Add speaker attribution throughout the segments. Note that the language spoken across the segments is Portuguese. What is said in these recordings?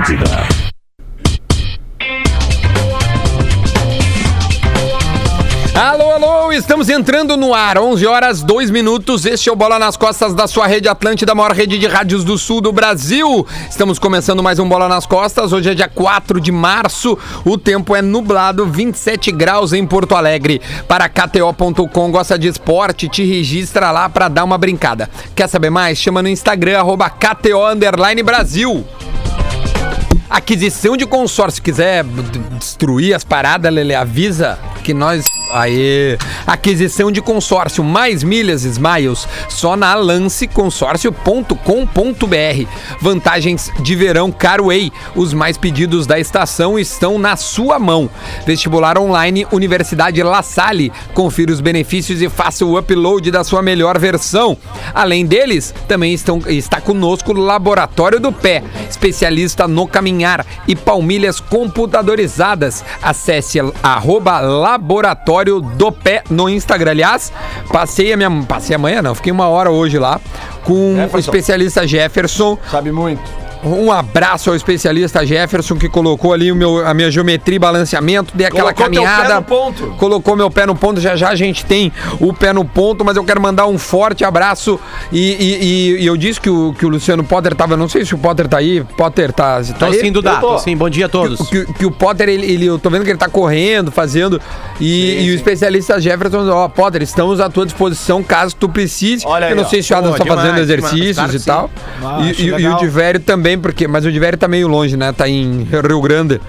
Speaker 1: Atlântida.
Speaker 2: Alô, alô, estamos entrando no ar, 11 horas 2 minutos. Este é o Bola nas Costas da sua rede Atlântida, a maior rede de rádios do sul do Brasil. Estamos começando mais um Bola nas Costas. Hoje é dia 4 de março. O tempo é nublado, 27 graus em Porto Alegre. Para KTO.com, gosta de esporte, te registra lá para dar uma brincada. Quer saber mais? Chama no Instagram, arroba KTO underline Brasil. Aquisição de consórcio. Quiser b- d- destruir as paradas, Lele, avisa que nós. Aê! Aquisição de consórcio, mais milhas e smiles, só na lanceconsórcio.com.br. Vantagens de verão Carway. Os mais pedidos da estação estão na sua mão. Vestibular online, Universidade La Salle. Confira os benefícios e faça o upload da sua melhor versão. Além deles, também estão, está conosco o Laboratório do Pé, especialista no caminhar e palmilhas computadorizadas. Acesse arroba Laboratório do Pé no Instagram. Aliás, passei a minha. Passei amanhã, não, fiquei uma hora hoje lá com o
Speaker 3: Jefferson.
Speaker 2: especialista Jefferson.
Speaker 3: Sabe muito.
Speaker 2: Um abraço ao especialista Jefferson que colocou ali o meu, a minha geometria e balanceamento, dei aquela
Speaker 3: Colocou teu pé
Speaker 2: caminhada.
Speaker 3: no ponto.
Speaker 2: Colocou meu pé no ponto. Já já a gente tem o pé no ponto, mas eu quero mandar um forte abraço. E, e- e- e eu disse que o, que o Luciano Potter tava. Não sei se o Potter tá aí. Potter tá. tá
Speaker 4: Tô
Speaker 2: aí?
Speaker 4: sim, Dudá.
Speaker 3: Eu tô.
Speaker 4: Tô sim. Bom dia a todos.
Speaker 2: Que, que- que o Potter, ele, ele- eu tô vendo que ele tá correndo, fazendo. E, e o especialista Jefferson, ó, Potter, estamos à tua disposição caso tu precise.
Speaker 3: Olha aí,
Speaker 2: eu não sei
Speaker 3: ó.
Speaker 2: se o Adams
Speaker 4: Pô,
Speaker 2: tá
Speaker 4: demais,
Speaker 2: fazendo
Speaker 4: demais,
Speaker 2: exercícios
Speaker 4: claro que
Speaker 2: e
Speaker 4: sim.
Speaker 2: tal.
Speaker 5: Ah,
Speaker 2: E-
Speaker 5: acho
Speaker 2: e, e o
Speaker 5: legal.
Speaker 2: Divério também, porque. Mas o Divério tá meio longe, né? Tá em Rio Grande.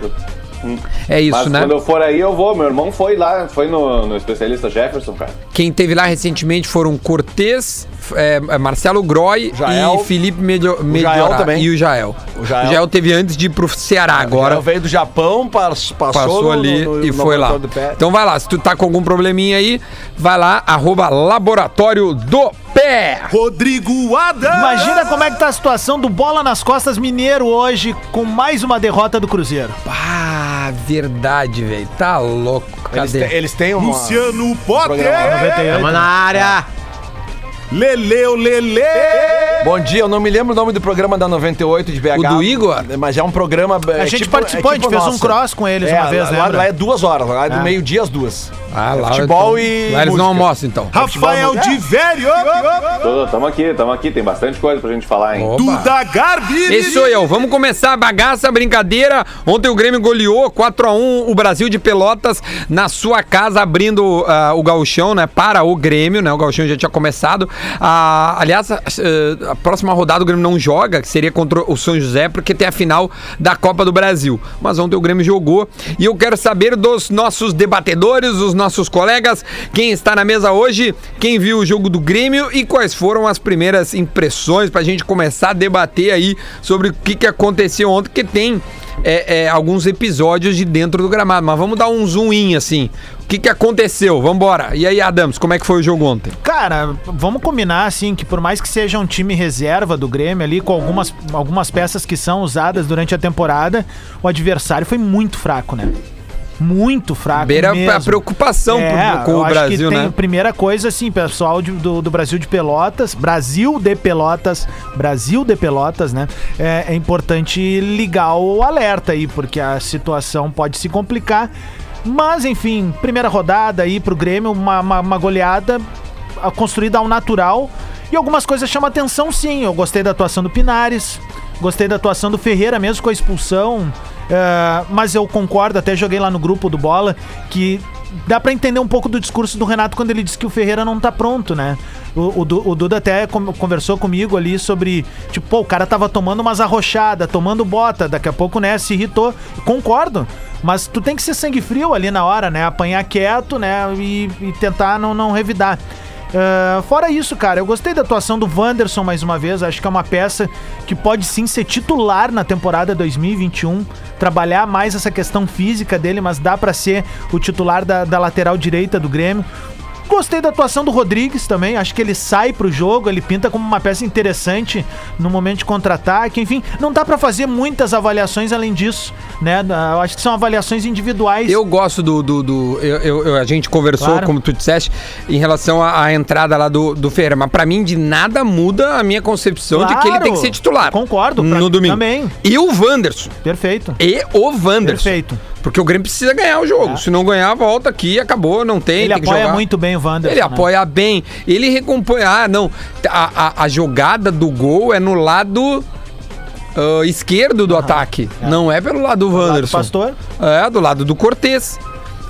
Speaker 2: É isso,
Speaker 3: Hum. Mas
Speaker 2: né?
Speaker 3: quando eu for aí, eu vou. Meu irmão foi lá, foi no, no especialista Jefferson, cara.
Speaker 2: Quem teve lá recentemente foram Cortez, é, é, Marcelo Groi
Speaker 3: Jael.
Speaker 2: e Felipe Medio,
Speaker 3: Jael
Speaker 2: Mediorá,
Speaker 3: também.
Speaker 2: E o Jael.
Speaker 3: O Jael. Ah,
Speaker 2: teve antes de ir pro Ceará agora.
Speaker 3: Ela veio do Japão, pass- passou,
Speaker 2: Passou
Speaker 3: no-
Speaker 2: ali
Speaker 3: no-
Speaker 2: e
Speaker 3: no
Speaker 2: foi lá.
Speaker 3: motor do pé.
Speaker 2: Então vai lá, se tu tá com algum probleminha aí, vai lá, arroba Laboratório do Pé.
Speaker 1: Rodrigo Adams.
Speaker 5: Imagina como é que tá a situação do Bola nas Costas Mineiro hoje, com mais uma derrota do Cruzeiro.
Speaker 2: Ah, verdade, velho. Tá louco.
Speaker 3: Eles, te-
Speaker 2: Cadê?
Speaker 3: eles têm uma...
Speaker 1: Luciano Potter.
Speaker 3: É,
Speaker 4: Tamo na área.
Speaker 1: Leleu, Lele.
Speaker 3: Bom dia, eu não me lembro o nome do programa da 98 de BH.
Speaker 2: O do Igor?
Speaker 3: Mas é um programa.
Speaker 5: A gente participou, a gente fez um cross com eles uma vez,
Speaker 3: lá,
Speaker 5: lembra?
Speaker 3: lá é duas horas, lá é do
Speaker 5: É.
Speaker 3: meio-dia às duas.
Speaker 2: Ah, lá, então-
Speaker 3: futebol e
Speaker 2: Lá eles
Speaker 3: música.
Speaker 2: não almoçam, então.
Speaker 1: Rafael de Vério.
Speaker 6: Tô, tamo aqui, tamo aqui, tem bastante coisa pra gente falar, hein?
Speaker 2: Opa.
Speaker 1: Duda Garbi.
Speaker 2: Esse sou eu. Vamos começar a bagaça, a brincadeira. Ontem o Grêmio goleou 4x1 o Brasil de Pelotas na sua casa, abrindo ah, o gauchão, né? Para o Grêmio, né? O gauchão já tinha começado. Ah, aliás, ah, a próxima rodada o Grêmio não joga, que seria contra o São José, porque tem a final da Copa do Brasil. Mas ontem o Grêmio jogou. E eu quero saber dos nossos debatedores, dos nossos colegas, quem está na mesa hoje, quem viu o jogo do Grêmio e quais foram as primeiras impressões para a gente começar a debater aí sobre o que, que aconteceu ontem, que tem é, é, alguns episódios de dentro do gramado. Mas vamos dar um zoom in, assim. O que, que aconteceu? Vambora. E aí, Adams, como é que foi o jogo ontem?
Speaker 5: Cara, vamos combinar assim que por mais que seja um time reserva do Grêmio ali com algumas, algumas peças que são usadas durante a temporada, o adversário foi muito fraco, né? Muito fraco
Speaker 2: Beira
Speaker 5: mesmo.
Speaker 2: a preocupação
Speaker 5: É,
Speaker 2: pro- com
Speaker 5: eu
Speaker 2: o
Speaker 5: acho
Speaker 2: Brasil,
Speaker 5: que tem,
Speaker 2: né?
Speaker 5: Primeira coisa, assim, pessoal de- do, do Brasil de Pelotas, Brasil de Pelotas, Brasil de Pelotas, né? É, é importante ligar o alerta aí, porque a situação pode se complicar. Mas, enfim, primeira rodada aí pro Grêmio, uma, uma, uma goleada ah, construída ao natural. E algumas coisas chamam atenção, sim. Eu gostei da atuação do Pinares, gostei da atuação do Ferreira, mesmo com a expulsão. É, mas eu concordo, até joguei lá no grupo do Bola, que dá pra entender um pouco do discurso do Renato quando ele diz que o Ferreira não tá pronto, né? O, o Du- o Duda até com- conversou comigo ali sobre, tipo, pô, o cara tava tomando umas arrochadas, tomando bota, daqui a pouco, né, se irritou. Concordo, mas tu tem que ser sangue frio ali na hora, né? Apanhar quieto, né, e, e tentar não, não revidar. É, fora isso, cara, eu gostei da atuação do Wanderson mais uma vez. Acho que é uma peça que pode sim ser titular na temporada 2021. Trabalhar mais essa questão física dele, mas dá pra ser o titular da, da lateral direita do Grêmio. Gostei da atuação do Rodrigues também. Acho que ele sai pro jogo, ele pinta como uma peça interessante no momento de contra-ataque. Enfim, não dá pra fazer muitas avaliações além disso. né? Eu acho que são avaliações individuais.
Speaker 2: Eu gosto do. do, do eu, eu- eu- a gente conversou,
Speaker 5: Claro.
Speaker 2: como tu disseste, em relação à, à entrada lá do, do Ferreira. Mas pra mim, de nada muda a minha concepção de que ele
Speaker 5: Claro.
Speaker 2: tem que ser titular.
Speaker 5: Concordo, pra
Speaker 2: No
Speaker 5: mim
Speaker 2: domingo.
Speaker 5: também.
Speaker 2: E o Wanderson.
Speaker 5: Perfeito.
Speaker 2: E o Wanderson.
Speaker 5: Perfeito. Tá.
Speaker 2: Porque o Grêmio precisa ganhar o jogo. Se não ganhar, volta aqui, acabou, não tem.
Speaker 5: Ele
Speaker 2: tem que
Speaker 5: apoia
Speaker 2: jogar.
Speaker 5: muito bem o Wanderson.
Speaker 2: Ele
Speaker 5: né?
Speaker 2: apoia bem, ele recompõe. Ah, não. A, a- a jogada do gol é no lado ah, esquerdo do ataque. Não é pelo lado do
Speaker 5: Lá do
Speaker 2: Wanderson.
Speaker 5: Pastor.
Speaker 2: É, do lado do Cortez.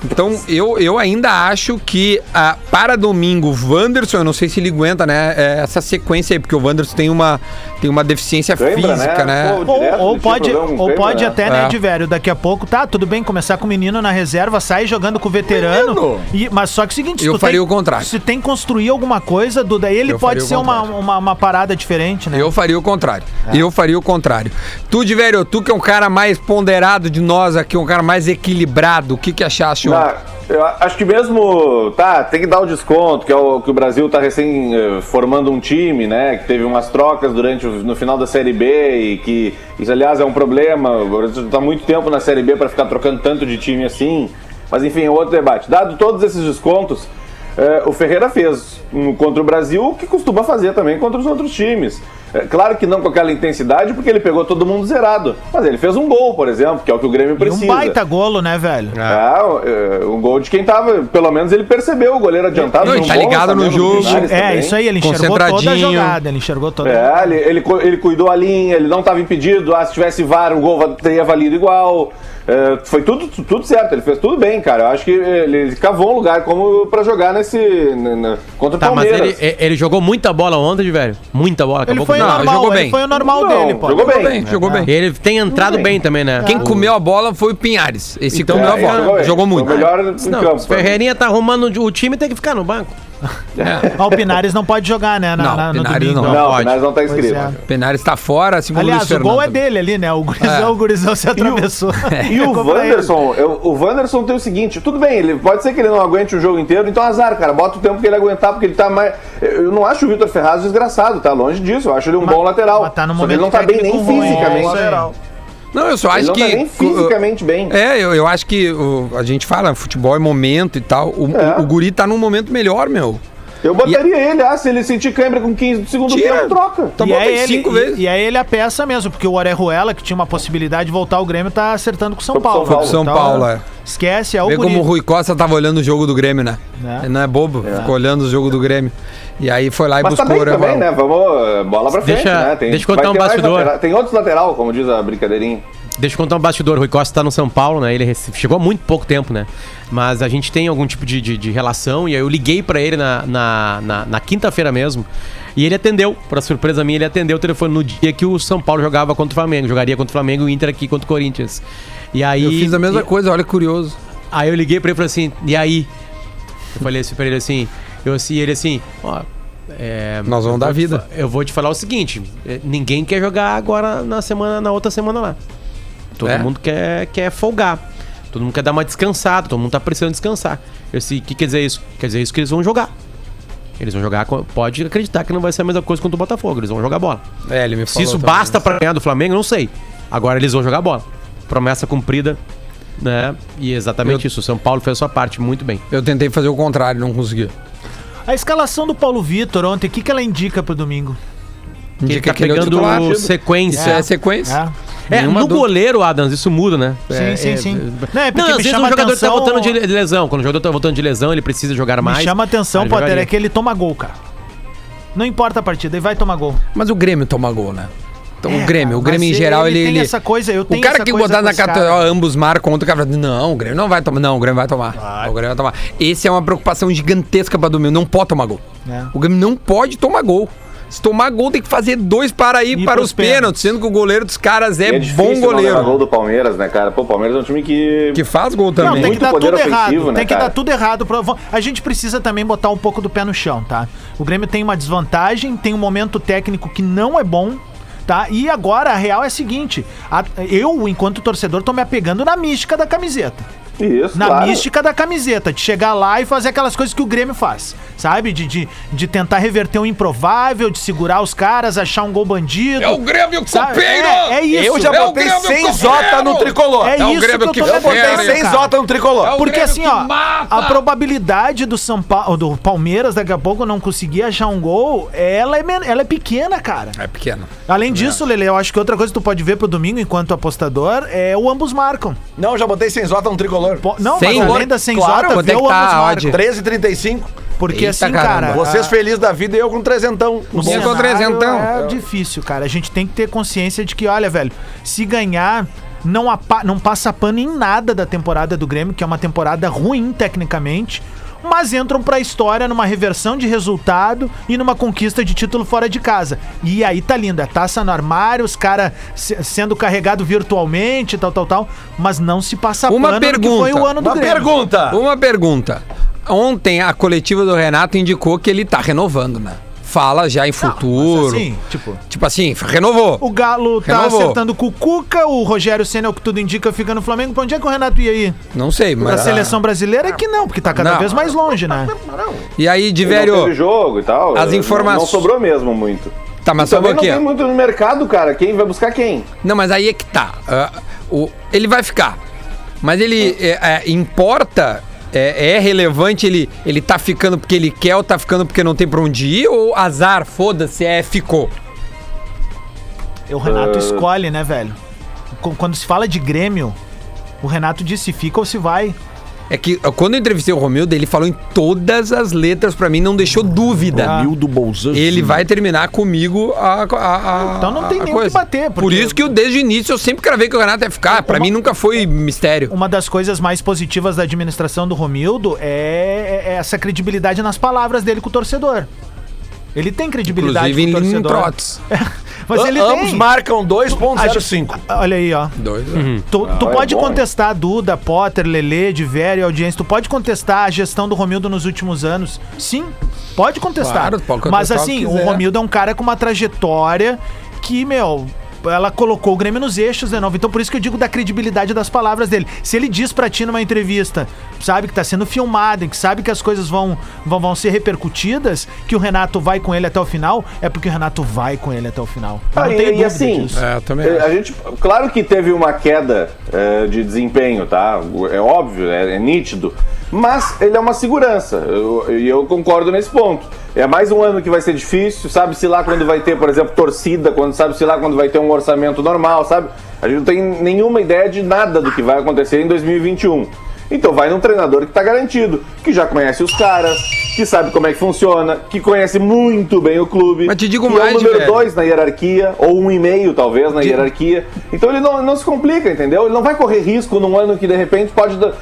Speaker 2: Então, eu, eu ainda acho que ah, para domingo, o Wanderson, eu não sei se ele aguenta, né? é, essa sequência aí, porque o Wanderson tem uma, tem uma deficiência
Speaker 3: Cãibra,
Speaker 2: física,
Speaker 3: né?
Speaker 2: né?
Speaker 3: Pô,
Speaker 5: Ou,
Speaker 3: Direto,
Speaker 5: ou
Speaker 3: deixa
Speaker 5: pode,
Speaker 3: eu jogar um
Speaker 5: ou
Speaker 3: Grêmio,
Speaker 5: pode
Speaker 3: né?
Speaker 5: até, né,
Speaker 2: É.
Speaker 5: de velho, daqui a pouco, tá, tudo bem, começar com o menino na reserva, sai jogando com o veterano. E, mas só que é o seguinte, se
Speaker 2: Eu
Speaker 5: tu
Speaker 2: faria
Speaker 5: tem,
Speaker 2: o contrário.
Speaker 5: Se tem que construir alguma coisa, Duda, ele
Speaker 2: Eu
Speaker 5: pode
Speaker 2: faria o
Speaker 5: ser uma,
Speaker 2: contrário.
Speaker 5: uma, uma parada diferente, né?
Speaker 2: Eu faria o contrário.
Speaker 3: É.
Speaker 2: Eu faria o contrário. Tu, de velho, tu que é um cara mais ponderado de nós aqui, um cara mais equilibrado, o que que achaste? ontem?
Speaker 3: Ah, eu a- acho que mesmo. Tá, tem que dar o desconto, que, é o, que o Brasil tá recém eh, formando um time, né? Que teve umas trocas durante o- no final da Série B e que isso, aliás, é um problema. O Brasil tá muito tempo na Série B para ficar trocando tanto de time assim. Mas enfim, é outro debate. Dado todos esses descontos, eh, o Ferreira fez um contra o Brasil o que costuma fazer também contra os outros times. É, claro que não com aquela intensidade, porque ele pegou todo mundo zerado. Mas ele fez um gol, por exemplo, que é o que o Grêmio
Speaker 5: E um
Speaker 3: precisa.
Speaker 5: baita golo, né, velho?
Speaker 3: É, é, o gol de quem tava, pelo menos ele percebeu o goleiro adiantado.
Speaker 2: Não,
Speaker 3: num
Speaker 2: ele tá
Speaker 3: bom
Speaker 2: ligado no
Speaker 3: lançamento
Speaker 2: jogo.
Speaker 3: do Linares
Speaker 5: É,
Speaker 3: também.
Speaker 5: isso aí, ele enxergou toda a
Speaker 2: Concentradinho.
Speaker 5: jogada, ele enxergou toda a
Speaker 3: É, ele, ele, cu- ele cuidou a linha, ele não estava impedido. Ah, se tivesse VAR, o gol va- teria valido igual. É, foi tudo, tu- tudo certo, ele fez tudo bem, cara. Eu acho que ele, ele cavou um lugar como pra jogar nesse. n- n- contra o
Speaker 4: Tá, mas
Speaker 3: Palmeiras.
Speaker 4: ele, ele jogou muita bola ontem, velho. Muita bola.
Speaker 5: Ele
Speaker 4: acabou
Speaker 5: foi
Speaker 4: com-
Speaker 5: o
Speaker 2: Não,
Speaker 5: normal,
Speaker 2: jogou
Speaker 5: ele
Speaker 2: bem.
Speaker 5: foi o normal
Speaker 3: Não,
Speaker 5: dele, pô.
Speaker 3: jogou
Speaker 2: Jogou
Speaker 3: bem.
Speaker 2: bem, né? jogou bem.
Speaker 4: Ele tem entrado bem. também, né?
Speaker 2: Quem comeu a bola foi o Pinhares. Esse que
Speaker 4: Então,
Speaker 2: comeu a
Speaker 4: é,
Speaker 2: bola.
Speaker 4: jogou
Speaker 2: Jogou,
Speaker 3: bem. Foi
Speaker 2: muito.
Speaker 3: o melhor em
Speaker 4: Não,
Speaker 3: campo.
Speaker 4: se Ferreirinha tá arrumando o time tem que ficar no banco.
Speaker 2: É.
Speaker 5: Ah, o Pinares não pode jogar, né? na-
Speaker 2: Não,
Speaker 5: na- no
Speaker 2: Pinares
Speaker 5: domingo.
Speaker 2: não.
Speaker 3: Não,
Speaker 4: Pode.
Speaker 3: mas não tá
Speaker 5: Pois
Speaker 3: inscrito.
Speaker 5: é.
Speaker 2: Pinhares tá fora, segundo
Speaker 5: Aliás,
Speaker 2: Luiz
Speaker 5: o
Speaker 2: Fernando.
Speaker 5: gol é dele ali, né? O gurizão,
Speaker 2: É.
Speaker 5: o gurizão se atravessou.
Speaker 3: E o
Speaker 5: Ficou É pra ele.
Speaker 3: Wanderson, eu- o Wanderson tem o seguinte, tudo bem, ele pode ser que ele não aguente o jogo inteiro, então azar, cara, bota o tempo que ele aguentar, porque ele tá mais. Eu eu não acho o Vitor Ferraz desgraçado, tá longe disso, eu acho ele um
Speaker 5: Mas-
Speaker 3: bom lateral.
Speaker 5: mas tá no
Speaker 3: Só que ele
Speaker 5: momento
Speaker 3: não tá bem nem
Speaker 5: técnico ruim,
Speaker 3: fisicamente.
Speaker 5: é isso aí.
Speaker 2: Não, eu só
Speaker 3: ele
Speaker 2: acho
Speaker 3: não
Speaker 2: que.
Speaker 3: tá nem fisicamente bem.
Speaker 2: É, eu, eu acho que o- a gente fala, futebol é momento e tal. O,
Speaker 3: É.
Speaker 2: o- o Guri tá num momento melhor, meu.
Speaker 3: Eu botaria ele, ah, se ele sentir câimbra com 15 do segundo
Speaker 2: Tira.
Speaker 3: tempo, troca.
Speaker 2: Tá
Speaker 5: e,
Speaker 2: bom,
Speaker 5: aí
Speaker 2: tem
Speaker 5: ele,
Speaker 2: cinco
Speaker 5: e-
Speaker 2: vezes.
Speaker 5: e aí ele a peça mesmo, porque o Orejuela, que tinha uma possibilidade de voltar ao Grêmio, tá acertando com o São
Speaker 3: Foi pro
Speaker 5: Paulo.
Speaker 3: São Paulo.
Speaker 2: São
Speaker 5: Então,
Speaker 2: Paulo, é.
Speaker 5: Esquece, é o
Speaker 2: Vê
Speaker 5: guri.
Speaker 2: como o Rui Costa tava olhando o jogo do Grêmio, né?
Speaker 5: É.
Speaker 2: Ele não é bobo, ficou olhando o jogo do Grêmio. E aí foi lá e
Speaker 3: Mas tá
Speaker 2: buscou
Speaker 3: bem
Speaker 2: o
Speaker 3: também,
Speaker 2: Orejuela.
Speaker 3: né? Vamos, eh, bola pra frente,
Speaker 4: Deixa-
Speaker 3: né? Tem,
Speaker 4: deixa eu contar
Speaker 3: vai
Speaker 4: um
Speaker 3: ter mais
Speaker 4: bastidor.
Speaker 3: lateral- Tem outros lateral, como diz a brincadeirinha.
Speaker 4: Deixa eu contar um bastidor. O Rui Costa tá no São Paulo, né? Ele rece- chegou há muito pouco tempo, né? Mas a gente tem algum tipo de, de, de relação. E aí eu liguei pra ele na, na, na, na quinta-feira mesmo. E ele atendeu. Pra surpresa minha, ele atendeu o telefone no dia que o São Paulo jogava contra o Flamengo. Jogaria contra o Flamengo e o Inter aqui contra o Corinthians. E aí.
Speaker 2: Eu fiz a mesma
Speaker 4: e-
Speaker 2: coisa, olha que curioso.
Speaker 4: Aí eu liguei pra ele e falei assim, e aí? Eu falei assim pra ele assim, eu assim, ele assim, ó. é,
Speaker 2: Nós vamos
Speaker 4: eu
Speaker 2: dar
Speaker 4: vou te
Speaker 2: vida.
Speaker 4: fa- Eu vou te falar o seguinte: é, ninguém quer jogar agora na semana, na outra semana lá. Todo
Speaker 2: É.
Speaker 4: mundo quer, quer folgar. Todo mundo quer dar uma descansada, todo mundo tá precisando descansar. Eu disse, o que quer dizer isso? Quer dizer isso que eles vão jogar. Eles vão jogar, co- pode acreditar que não vai ser a mesma coisa contra o Botafogo, eles vão jogar bola.
Speaker 2: É, ele me
Speaker 4: Se
Speaker 2: falou
Speaker 4: isso
Speaker 2: também.
Speaker 4: basta pra ganhar do Flamengo, eu não sei. Agora eles vão jogar bola. Promessa cumprida, né? E é exatamente isso. O São Paulo fez a sua parte muito bem.
Speaker 2: Eu tentei fazer o contrário, não consegui.
Speaker 5: A escalação do Paulo Vitor ontem, o que, que ela indica pro domingo?
Speaker 4: Ele
Speaker 2: Indica
Speaker 4: tá
Speaker 2: que ele é o
Speaker 4: pegando
Speaker 2: titular. Isso é
Speaker 4: sequência.
Speaker 2: sequência.
Speaker 4: É,
Speaker 2: Nenhuma
Speaker 4: no
Speaker 2: dúvida.
Speaker 4: goleiro, Adams, isso muda, né?
Speaker 5: Sim, sim, sim. Não, é porque
Speaker 4: Não,
Speaker 5: me
Speaker 4: às vezes
Speaker 5: chama
Speaker 4: o jogador tá
Speaker 5: atenção-
Speaker 4: voltando de de lesão. Quando o jogador tá voltando de lesão, ele precisa jogar mais.
Speaker 5: Me chama atenção,
Speaker 4: Aí ele
Speaker 5: Potter,
Speaker 4: jogaria.
Speaker 5: é que ele toma gol, cara. Não importa a partida, ele vai tomar gol.
Speaker 2: Mas o Grêmio toma gol, né? Então
Speaker 5: É,
Speaker 2: o Grêmio,
Speaker 5: cara,
Speaker 2: o Grêmio em
Speaker 5: mas
Speaker 2: geral,
Speaker 5: ele
Speaker 2: ele.
Speaker 5: tem
Speaker 2: ele-
Speaker 5: essa coisa, eu tenho
Speaker 2: O cara
Speaker 5: essa
Speaker 2: que
Speaker 5: coisa
Speaker 2: botar
Speaker 5: com
Speaker 2: na
Speaker 5: esse cara.
Speaker 2: categoria, ambos marcam contra o cara fala, não, o Grêmio não vai tomar. Não, o Grêmio vai tomar. O Grêmio vai tomar. Esse é uma preocupação gigantesca pra domingo. Não pode tomar gol.
Speaker 5: É.
Speaker 2: O Grêmio não pode tomar gol. Se tomar gol, tem que fazer dois para ir
Speaker 5: E
Speaker 2: para
Speaker 5: pros
Speaker 2: os pênaltis,
Speaker 5: pênaltis,
Speaker 2: sendo que o goleiro dos caras é,
Speaker 3: E
Speaker 2: bom
Speaker 3: difícil não levar gol
Speaker 2: goleiro.
Speaker 3: do Palmeiras, né, cara? Pô, o Palmeiras é um time que.
Speaker 2: Que faz gol também.
Speaker 5: Não, tem que
Speaker 3: Muito
Speaker 5: dar
Speaker 3: poder
Speaker 5: tudo errado.
Speaker 3: ofensivo, né,
Speaker 5: tem que
Speaker 3: cara?
Speaker 5: dar tudo errado. pra- A gente precisa também botar um pouco do pé no chão, tá? O Grêmio tem uma desvantagem, tem um momento técnico que não é bom. Tá? E agora a real é a seguinte: a- eu, enquanto torcedor, tô me apegando na mística da camiseta.
Speaker 3: Isso,
Speaker 5: na
Speaker 3: claro.
Speaker 5: mística da camiseta, de chegar lá e fazer aquelas coisas que o Grêmio faz, sabe? De, de, de tentar reverter o improvável, de segurar os caras, achar um gol bandido.
Speaker 2: É o Grêmio
Speaker 5: Sabe,
Speaker 2: copeiro!
Speaker 5: é- é isso.
Speaker 7: Eu já
Speaker 2: É o
Speaker 7: botei
Speaker 2: Grêmio
Speaker 7: 100
Speaker 2: campeão!
Speaker 7: zota no tricolor.
Speaker 5: É
Speaker 2: É o
Speaker 5: isso
Speaker 2: Grêmio
Speaker 5: que eu tô
Speaker 2: que
Speaker 5: é
Speaker 7: Eu botei
Speaker 2: Sério,
Speaker 7: 100
Speaker 5: defendendo, cara.
Speaker 7: zota no tricolor.
Speaker 2: É o
Speaker 5: Porque
Speaker 2: Grêmio
Speaker 5: assim,
Speaker 2: que
Speaker 5: ó,
Speaker 2: mata.
Speaker 5: a probabilidade do São Paulo, do Palmeiras daqui a pouco não conseguir achar um gol, ela é, men- ela é pequena, cara.
Speaker 2: É pequeno.
Speaker 5: Além disso, Lele, eu acho que outra coisa que tu pode ver pro domingo enquanto apostador é o ambos marcam.
Speaker 7: Não, já botei 100 zota no tricolor.
Speaker 5: Po- Não,
Speaker 2: Sem
Speaker 5: mas
Speaker 2: gol.
Speaker 5: além da senzota,
Speaker 7: Claro,
Speaker 5: claro,
Speaker 2: quanto é
Speaker 5: vê o
Speaker 2: que tá
Speaker 5: ambos
Speaker 2: a
Speaker 5: marcam.
Speaker 2: odd?
Speaker 7: 13,35.
Speaker 5: Porque
Speaker 2: Eita,
Speaker 5: assim,
Speaker 2: caramba.
Speaker 5: cara.
Speaker 7: Vocês
Speaker 5: a-
Speaker 7: felizes da vida e eu com trezentão.
Speaker 5: o
Speaker 7: Um
Speaker 2: Eu
Speaker 5: cenário
Speaker 2: tô trezentão.
Speaker 5: É difícil, cara. A gente tem que ter consciência de que, olha, velho, se ganhar. Não, apa- não passa pano em nada da temporada do Grêmio, que é uma temporada ruim tecnicamente, mas entram pra história numa reversão de resultado e numa conquista de título fora de casa. E aí tá lindo, é taça no armário, os caras sendo carregado virtualmente, tal, tal, tal, mas não se passa
Speaker 2: Uma
Speaker 5: pano no que
Speaker 2: pergunta.
Speaker 5: foi o ano do
Speaker 7: Uma
Speaker 5: Grêmio.
Speaker 7: pergunta.
Speaker 2: Uma pergunta. Ontem a coletiva do Renato indicou que ele tá renovando, né? Fala já em futuro.
Speaker 5: Assim, tipo...
Speaker 2: Tipo assim, renovou.
Speaker 5: O Galo tá
Speaker 2: Renovou.
Speaker 5: acertando com o Cuca, o Rogério Senna, o que tudo indica, fica no Flamengo. Pra onde é que o Renato ia ir?
Speaker 2: Não sei,
Speaker 5: Pra
Speaker 2: mas.
Speaker 5: seleção brasileira é que não, porque tá cada
Speaker 2: Não.
Speaker 5: vez mais longe, né?
Speaker 2: E aí,
Speaker 3: Não teve
Speaker 2: Diverio.
Speaker 3: jogo e tal.
Speaker 2: As
Speaker 3: eh, não- Não
Speaker 2: informações-
Speaker 3: sobrou mesmo muito.
Speaker 2: Tá, mas
Speaker 3: Também
Speaker 2: sobrou
Speaker 3: não
Speaker 2: aqui.
Speaker 3: tem muito no mercado, cara. Quem vai buscar quem?
Speaker 2: Não, mas aí é que tá. Ah, o, ele vai ficar. Mas ele é, é, importa. É, é relevante ele, ele tá ficando porque ele quer ou tá ficando porque não tem pra onde ir? Ou azar, foda-se, é, ficou?
Speaker 5: O
Speaker 2: É.
Speaker 5: Renato escolhe, né, velho? Qu- Quando se fala de Grêmio, o Renato diz se fica ou se vai.
Speaker 2: É que ah, quando eu entrevistei o Romildo, ele falou em todas as letras pra mim, não deixou dúvida.
Speaker 5: Romildo
Speaker 2: Bolzano. Ele vai terminar comigo a, a- a-
Speaker 5: Então não tem
Speaker 2: a
Speaker 5: nem o que bater, porque-
Speaker 2: Por isso que eu, desde o início eu sempre cravei que o Renato ia ficar. Pra
Speaker 5: Uma-
Speaker 2: mim nunca foi mistério.
Speaker 5: Uma das coisas mais positivas da administração do Romildo é é essa credibilidade nas palavras dele com o torcedor. Ele tem credibilidade
Speaker 2: Inclusive
Speaker 5: com
Speaker 2: em,
Speaker 5: o
Speaker 2: em
Speaker 5: torcedor. né?
Speaker 2: trotes.
Speaker 5: Mas ele
Speaker 7: ambos
Speaker 5: tem.
Speaker 7: marcam
Speaker 5: A gente-
Speaker 7: 2,05.
Speaker 5: Olha aí, ó.
Speaker 2: Dois. né?
Speaker 5: Tu, tu
Speaker 2: Ah,
Speaker 3: é
Speaker 5: pode
Speaker 3: bom, hein?
Speaker 5: contestar a Duda, Potter, Lele, Diverio, audiência. Tu pode contestar a gestão do Romildo nos últimos anos? Sim, pode contestar.
Speaker 2: Claro, pode contestar
Speaker 5: Mas
Speaker 2: o que
Speaker 5: assim, o
Speaker 2: quiser.
Speaker 5: Romildo é um cara com uma trajetória que, meu. Ela colocou o Grêmio nos eixos de novo. Então, por isso que eu digo da credibilidade das palavras dele. Se ele diz pra ti numa entrevista, sabe, que tá sendo filmado, e que sabe que as coisas vão, vão, vão ser repercutidas, que o Renato vai com ele até o final, é porque o Renato vai com ele até o final. Eu
Speaker 3: Ah,
Speaker 5: não
Speaker 3: e-
Speaker 5: tenho
Speaker 3: e
Speaker 5: dúvida
Speaker 3: assim,
Speaker 5: disso.
Speaker 2: É, eu também.
Speaker 3: Eh, A gente, claro que teve uma queda eh, de desempenho, tá? É óbvio, é, é nítido. Mas ele é uma segurança. eu- E eu, concordo nesse ponto. É mais um ano que vai ser difícil, sabe-se lá quando vai ter, por exemplo, torcida, quando sabe-se lá quando vai ter um orçamento normal, sabe? A gente não tem nenhuma ideia de nada do que vai acontecer em 2021. Então vai num treinador que tá garantido, que já conhece os caras, que sabe como é que funciona, que conhece muito bem o clube.
Speaker 2: Mas te digo
Speaker 3: que
Speaker 2: mais,
Speaker 3: é o número
Speaker 2: velho.
Speaker 3: 2 na hierarquia, ou um e meio talvez na hierarquia. Então ele não, não se complica, entendeu? Ele não vai correr risco num ano que de repente pode dar,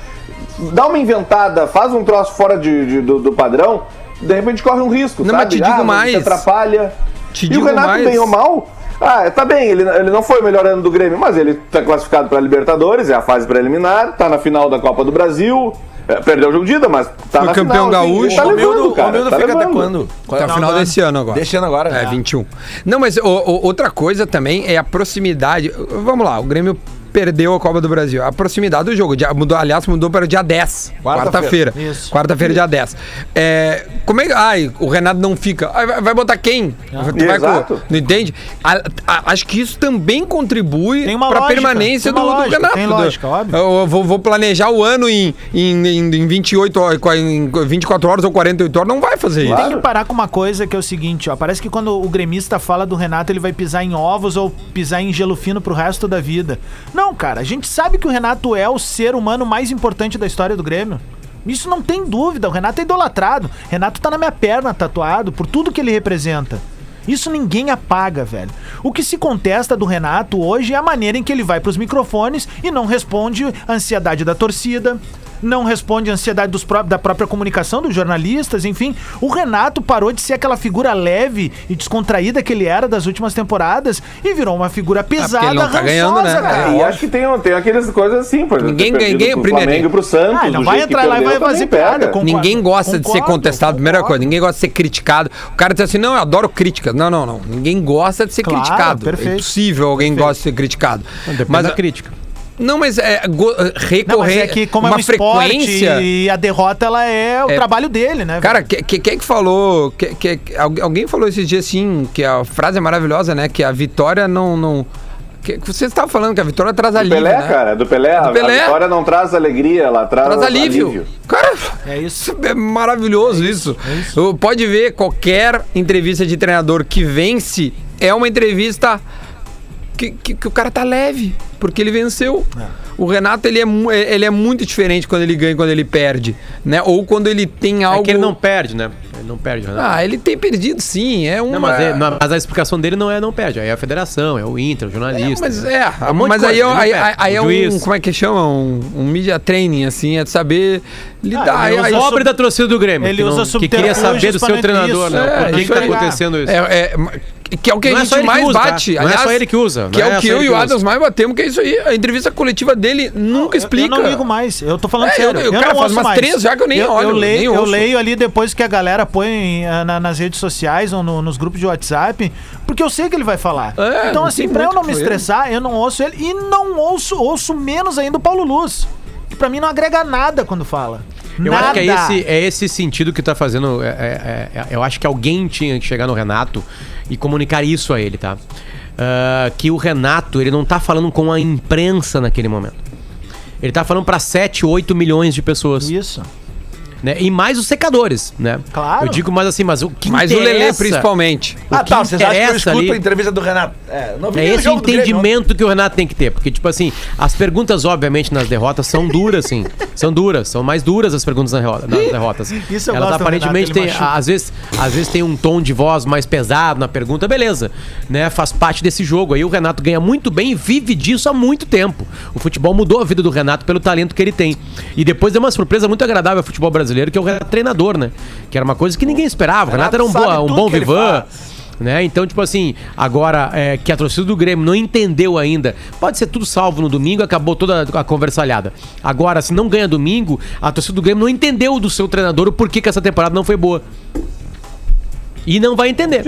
Speaker 3: dá uma inventada, faz um troço fora de- de- do, do padrão, de repente corre um risco,
Speaker 2: Não,
Speaker 3: sabe?
Speaker 2: mas te digo mais.
Speaker 3: Se atrapalha.
Speaker 2: Te
Speaker 3: e
Speaker 2: digo
Speaker 3: o Renato
Speaker 2: mais.
Speaker 3: bem ou mal... Ah, tá bem, ele, ele não foi o melhor ano do Grêmio, mas ele tá classificado pra Libertadores, é a fase preliminar, tá na final da Copa do Brasil, é, perdeu o jogo de ida, mas tá
Speaker 2: Foi
Speaker 3: na
Speaker 2: campeão
Speaker 3: final, assim,
Speaker 2: gaúcho.
Speaker 3: tá
Speaker 7: O Romildo,
Speaker 3: levando,
Speaker 7: o
Speaker 3: cara,
Speaker 7: Romildo
Speaker 3: tá
Speaker 7: fica até
Speaker 3: levando.
Speaker 7: quando? é
Speaker 2: Até o final desse ano agora.
Speaker 7: Deixando agora.
Speaker 2: É,
Speaker 5: Ah.
Speaker 2: 21. Não, mas ô, ô, outra coisa também é a proximidade. Vamos lá, o Grêmio perdeu a Copa do Brasil. A proximidade do jogo. dia- Mudou, aliás, mudou para o dia 10.
Speaker 7: Quarta-feira.
Speaker 2: Quarta-feira.
Speaker 5: Isso.
Speaker 2: Quarta-feira, dia 10. É, como é que. Ai, o Renato não fica. Ai, vai- vai botar quem?
Speaker 5: Ah.
Speaker 2: Tu vai com-
Speaker 3: Exato.
Speaker 2: não entende? A- a- acho que isso também contribui
Speaker 5: Tem uma
Speaker 2: para a
Speaker 5: lógica,
Speaker 2: permanência
Speaker 5: tem uma
Speaker 2: do, do
Speaker 5: lógica,
Speaker 2: Renato.
Speaker 5: tem
Speaker 2: do-
Speaker 5: lógica, óbvio.
Speaker 2: eu eu vou, vou planejar o ano em, em, em, em 28 horas, em 24 horas ou 48 horas, não vai fazer isso.
Speaker 5: Tem que parar com uma coisa que é o seguinte, ó. Parece que quando o gremista fala do Renato, ele vai pisar em ovos ou pisar em gelo fino pro resto da vida. Não, cara, a gente sabe que o Renato é o ser humano mais importante da história do Grêmio. Isso não tem dúvida, o Renato é idolatrado. Renato tá na minha perna tatuado por tudo que ele representa. Isso ninguém apaga, velho. O que se contesta do Renato hoje é a maneira em que ele vai pros microfones e não responde a ansiedade da torcida, não responde a ansiedade dos pró- da própria comunicação dos jornalistas, enfim. O Renato parou de ser aquela figura leve e descontraída que ele era das últimas temporadas e virou uma figura pesada,
Speaker 2: ele não tá ganhando,
Speaker 5: rançosa,
Speaker 2: né?
Speaker 5: cara.
Speaker 3: É, e acho que tem, tem aquelas coisas assim, por exemplo,
Speaker 2: Ninguém
Speaker 3: ter perdido
Speaker 2: ganha,
Speaker 3: pro
Speaker 2: primeiro.
Speaker 3: Flamengo e pro Santos,
Speaker 5: Ah, não
Speaker 3: do
Speaker 5: vai
Speaker 3: jeito que
Speaker 5: entrar lá e
Speaker 3: perdeu,
Speaker 5: vai fazer
Speaker 3: também
Speaker 5: piada,
Speaker 3: pega.
Speaker 5: com-
Speaker 2: Ninguém gosta de ser
Speaker 5: Concordo,
Speaker 2: contestado, primeira
Speaker 5: concordo.
Speaker 2: coisa. Ninguém gosta de ser criticado. O cara diz assim: não, eu adoro críticas. Não, não, não. Ninguém gosta de ser
Speaker 5: Claro,
Speaker 2: criticado.
Speaker 5: perfeito.
Speaker 2: É impossível alguém gosta de ser criticado.
Speaker 4: Depende
Speaker 2: Mas
Speaker 4: da crítica.
Speaker 2: Não, mas é go- recorrer
Speaker 5: Não, mas é que como é um
Speaker 2: uma
Speaker 5: esporte
Speaker 2: frequência.
Speaker 5: e a derrota ela é o
Speaker 2: É.
Speaker 5: trabalho dele, né?
Speaker 2: Cara,
Speaker 5: velho?
Speaker 2: que, que- quem é que falou? que- que- que- algu- alguém falou esses dias assim, que a frase é maravilhosa, né? Que a vitória não. não que, que você estava falando que a vitória traz
Speaker 3: Do
Speaker 2: alívio.
Speaker 3: Pelé,
Speaker 2: né?
Speaker 3: cara, do Pelé, a-
Speaker 2: Pelé.
Speaker 3: a vitória não traz alegria, ela traz,
Speaker 2: Traz alívio. Cara,
Speaker 5: É isso.
Speaker 2: é maravilhoso isso. Uh, Pode ver, qualquer entrevista de treinador que vence é uma entrevista que, que- que o cara tá leve, porque ele venceu. O Renato, ele é, mu- é- ele é muito diferente quando ele ganha e quando ele perde, né? Ou quando ele tem algo...
Speaker 4: É que ele não perde, né? Ele não perde, Renato.
Speaker 2: Ah, ele tem perdido sim, é uma...
Speaker 4: Não, mas, ele- não, mas a explicação dele não é não perde. Aí é a federação, é o Inter, o
Speaker 2: É,
Speaker 4: jornalista.
Speaker 2: mas
Speaker 4: né?
Speaker 2: é,
Speaker 4: um monte de
Speaker 2: mas
Speaker 4: coisa,
Speaker 2: aí, é-
Speaker 4: ele não
Speaker 2: aí,
Speaker 4: perde.
Speaker 2: aí- aí é
Speaker 4: O
Speaker 2: um,
Speaker 4: juiz.
Speaker 2: como é que chama? Um, um media training, assim, é de saber lidar.
Speaker 5: Ah, ele
Speaker 2: Aí-
Speaker 5: usa
Speaker 2: aí-
Speaker 5: sub-
Speaker 4: Pobre da torcida do Grêmio.
Speaker 5: ele
Speaker 4: que, não-
Speaker 5: usa
Speaker 4: que queria saber
Speaker 5: subterfúgios
Speaker 4: do
Speaker 5: pra
Speaker 4: seu
Speaker 5: não
Speaker 4: treinador,
Speaker 5: isso.
Speaker 4: né?
Speaker 2: É,
Speaker 4: Por que,
Speaker 2: isso
Speaker 4: que tá
Speaker 2: aí.
Speaker 4: acontecendo isso?
Speaker 2: É, é, ma- que é o que
Speaker 4: Não
Speaker 2: a
Speaker 4: é só
Speaker 2: gente
Speaker 4: ele que
Speaker 2: mais
Speaker 4: usa, tá?
Speaker 2: bate.
Speaker 4: Não é só ele que usa,
Speaker 2: Que
Speaker 4: não
Speaker 2: é
Speaker 4: é
Speaker 2: o que
Speaker 4: só
Speaker 2: eu
Speaker 4: ele
Speaker 2: e
Speaker 4: que
Speaker 2: o
Speaker 4: usa.
Speaker 2: Adams mais batemos, que é isso aí. A entrevista coletiva dele nunca
Speaker 5: Eu
Speaker 2: explica.
Speaker 5: não ligo mais. Eu tô falando
Speaker 2: É,
Speaker 5: sério.
Speaker 2: eu- eu- cara,
Speaker 5: não
Speaker 2: faz
Speaker 5: ouço
Speaker 2: umas
Speaker 5: mais.
Speaker 2: três já que eu nem olho,
Speaker 5: Eu leio,
Speaker 2: nem
Speaker 5: eu
Speaker 2: ouço.
Speaker 5: leio ali depois que a galera põe ah, na- nas redes sociais ou no- nos grupos de WhatsApp, porque eu sei que ele vai falar.
Speaker 2: É,
Speaker 5: então,
Speaker 2: não
Speaker 5: assim,
Speaker 2: tem
Speaker 5: pra eu
Speaker 2: muito
Speaker 5: não me
Speaker 2: com ele.
Speaker 5: estressar, eu não ouço ele e não ouço, ouço menos ainda o Paulo Luz. Que pra mim não agrega nada quando fala.
Speaker 4: Eu
Speaker 5: nada.
Speaker 4: acho que é esse, é esse sentido que tá fazendo. é- é- é- eu acho que alguém tinha que chegar no Renato e comunicar isso a ele, tá? Ah, que o Renato, ele não tá falando com a imprensa naquele momento. Ele tá falando pra 7, 8 milhões de pessoas.
Speaker 5: Isso.
Speaker 4: né? E mais os secadores, né?
Speaker 5: Claro.
Speaker 4: Eu digo mais assim, mas o que
Speaker 2: Mas o Lelê,
Speaker 4: interessa-
Speaker 2: principalmente.
Speaker 4: um. O
Speaker 7: Ah,
Speaker 4: que
Speaker 7: tá. Vocês acham que eu
Speaker 4: interessa
Speaker 7: escuto
Speaker 4: ali-
Speaker 7: a entrevista do Renato? É, não vi
Speaker 4: É
Speaker 7: nem o
Speaker 4: esse
Speaker 7: jogo do Grêmio ontem.
Speaker 4: entendimento que o Renato tem que ter. Porque, tipo assim, as perguntas, obviamente, nas derrotas são duras, sim. São duras, são mais duras as perguntas nas derrotas- nas derrotas.
Speaker 5: Isso eu
Speaker 4: Elas
Speaker 5: gosto do
Speaker 4: aparentemente
Speaker 5: Renato, ele
Speaker 4: têm.
Speaker 5: machuca.
Speaker 4: Às vezes, às vezes tem um tom de voz mais pesado na pergunta, beleza. Né? Faz parte desse jogo. Aí o Renato ganha muito bem e vive disso há muito tempo. O futebol mudou a vida do Renato pelo talento que ele tem. E depois deu uma surpresa muito agradável ao futebol brasileiro, que é o Renato treinador, né? Que era uma coisa que ninguém esperava. O Renato era um,
Speaker 7: sabe
Speaker 4: boa, um
Speaker 7: tudo
Speaker 4: bom
Speaker 7: que ele
Speaker 4: vivan.
Speaker 7: faz.
Speaker 4: Né? Então, tipo assim, agora é, que a torcida do Grêmio não entendeu ainda, pode ser tudo salvo no domingo, acabou toda a conversalhada. Agora, se não ganha domingo, a torcida do Grêmio não entendeu do seu treinador o porquê que essa temporada não foi boa. E não vai entender.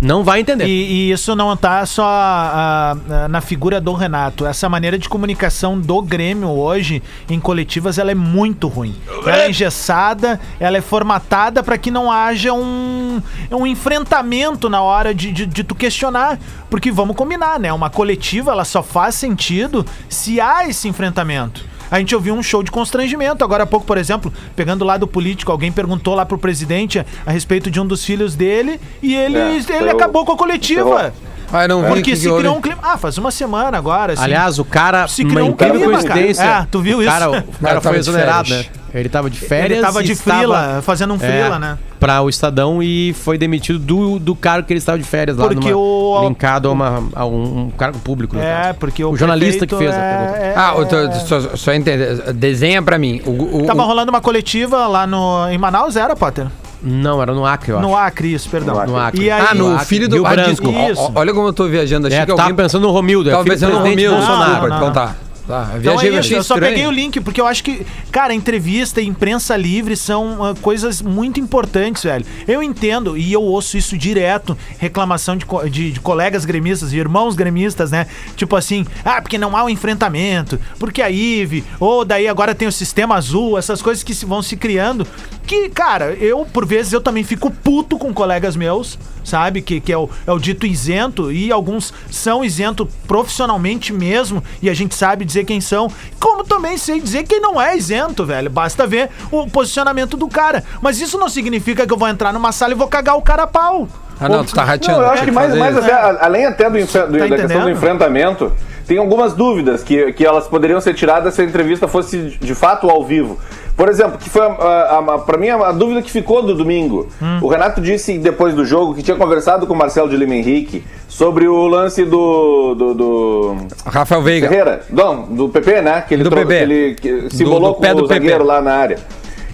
Speaker 4: Não vai entender.
Speaker 5: E, e isso não tá só ah, ah, na figura do Renato. Essa maneira de comunicação do Grêmio hoje, em coletivas, ela é muito ruim. Ela é engessada, ela é formatada para que não haja um, um enfrentamento na hora de, de, de tu questionar. Porque vamos combinar, né? Uma coletiva, ela só faz sentido se há esse enfrentamento. A gente ouviu um show de constrangimento. Agora há pouco, por exemplo, pegando o lado político, alguém perguntou lá pro presidente a respeito de um dos filhos dele e ele,
Speaker 3: É,
Speaker 5: ele
Speaker 3: eu-
Speaker 5: acabou com a coletiva.
Speaker 2: Ai, Ah, não vi o que
Speaker 5: Porque
Speaker 2: que
Speaker 5: se
Speaker 2: houve.
Speaker 5: criou um clima. Ah, faz uma semana agora. assim.
Speaker 4: Aliás, o cara,
Speaker 5: Se criou um clima, cara. É, tu viu
Speaker 4: o
Speaker 5: isso?
Speaker 4: cara, o
Speaker 2: tava
Speaker 4: cara
Speaker 2: de
Speaker 4: foi exonerado, né?
Speaker 2: férias.
Speaker 4: Ele tava de férias.
Speaker 5: ele tava
Speaker 4: e
Speaker 5: de
Speaker 4: estava-
Speaker 5: frila, fazendo um frila,
Speaker 4: é,
Speaker 5: né?
Speaker 4: Pra o Estadão e foi demitido do, do cargo que ele estava de férias lá.
Speaker 5: Porque o-
Speaker 4: Linkado a, uma- a um, um cargo público. no
Speaker 5: É,
Speaker 4: caso.
Speaker 5: porque o,
Speaker 4: O jornalista que
Speaker 5: prefeito
Speaker 4: fez a pergunta. então,
Speaker 5: é, é,
Speaker 2: Ah, eu tô- só, só entender. Desenha pra mim. O, o-
Speaker 5: Tava
Speaker 2: o-
Speaker 5: rolando uma coletiva lá no, em Manaus, era, Potter?
Speaker 4: Não, era no Acre, eu acho.
Speaker 5: No Acre, isso, perdão.
Speaker 4: No Acre.
Speaker 5: E aí,
Speaker 2: ah, no
Speaker 4: Acre,
Speaker 2: filho do...
Speaker 4: Rio
Speaker 2: Ah,
Speaker 4: Branco.
Speaker 2: desculpa. O-
Speaker 5: Isso.
Speaker 2: Olha como eu tô viajando. Achei
Speaker 4: É,
Speaker 2: que
Speaker 4: tava
Speaker 2: alguém...
Speaker 4: pensando no Romildo. é
Speaker 2: Tava
Speaker 4: filho do
Speaker 2: pensando no
Speaker 4: presidente
Speaker 2: Romildo.
Speaker 4: Bolsonaro.
Speaker 5: Não, não, não.
Speaker 2: Então tá. Tá,
Speaker 5: Então
Speaker 2: viajei,
Speaker 5: é
Speaker 2: achei
Speaker 5: isso, eu só
Speaker 2: estranho.
Speaker 5: peguei o link, porque eu acho que, cara, entrevista e imprensa livre são ah, coisas muito importantes, velho. Eu entendo, e eu ouço isso direto, reclamação de, co- de- de colegas gremistas, de irmãos gremistas, né? Tipo assim, ah, porque não há um enfrentamento, porque a IVE, ou daí agora tem o sistema azul, essas coisas que se vão se criando. Que, cara, eu, por vezes, eu também fico puto com colegas meus, sabe? Que, que é, o, é o dito isento, e alguns são isento profissionalmente mesmo, e a gente sabe dizer quem são, como também sei dizer quem não é isento, velho. Basta ver o posicionamento do cara. Mas isso não significa que eu vou entrar numa sala e vou cagar o cara a pau.
Speaker 2: Ah, não, tu tá rateando.
Speaker 3: Não, eu acho que mais,
Speaker 2: fazer
Speaker 3: mais
Speaker 2: isso.
Speaker 3: até, a- além até do, enfre- do- da questão
Speaker 5: Tá entendendo?
Speaker 3: do enfrentamento, tem algumas dúvidas que, que elas poderiam ser tiradas se a entrevista fosse de de fato ao vivo. Por exemplo, que foi a- a, a- pra mim a, a dúvida que ficou do domingo.
Speaker 5: Hum.
Speaker 3: O Renato disse depois do jogo que tinha conversado com o Marcelo de Lima Henrique sobre o lance do- do- do
Speaker 2: Rafael Veiga.
Speaker 3: Ferreira, não, do PP, né? Que ele,
Speaker 2: Do
Speaker 3: trou-
Speaker 2: PP.
Speaker 3: que ele que se
Speaker 2: Do-
Speaker 3: bolou
Speaker 2: do pé
Speaker 3: com
Speaker 2: do
Speaker 3: o zagueiro
Speaker 2: PP.
Speaker 3: lá na área.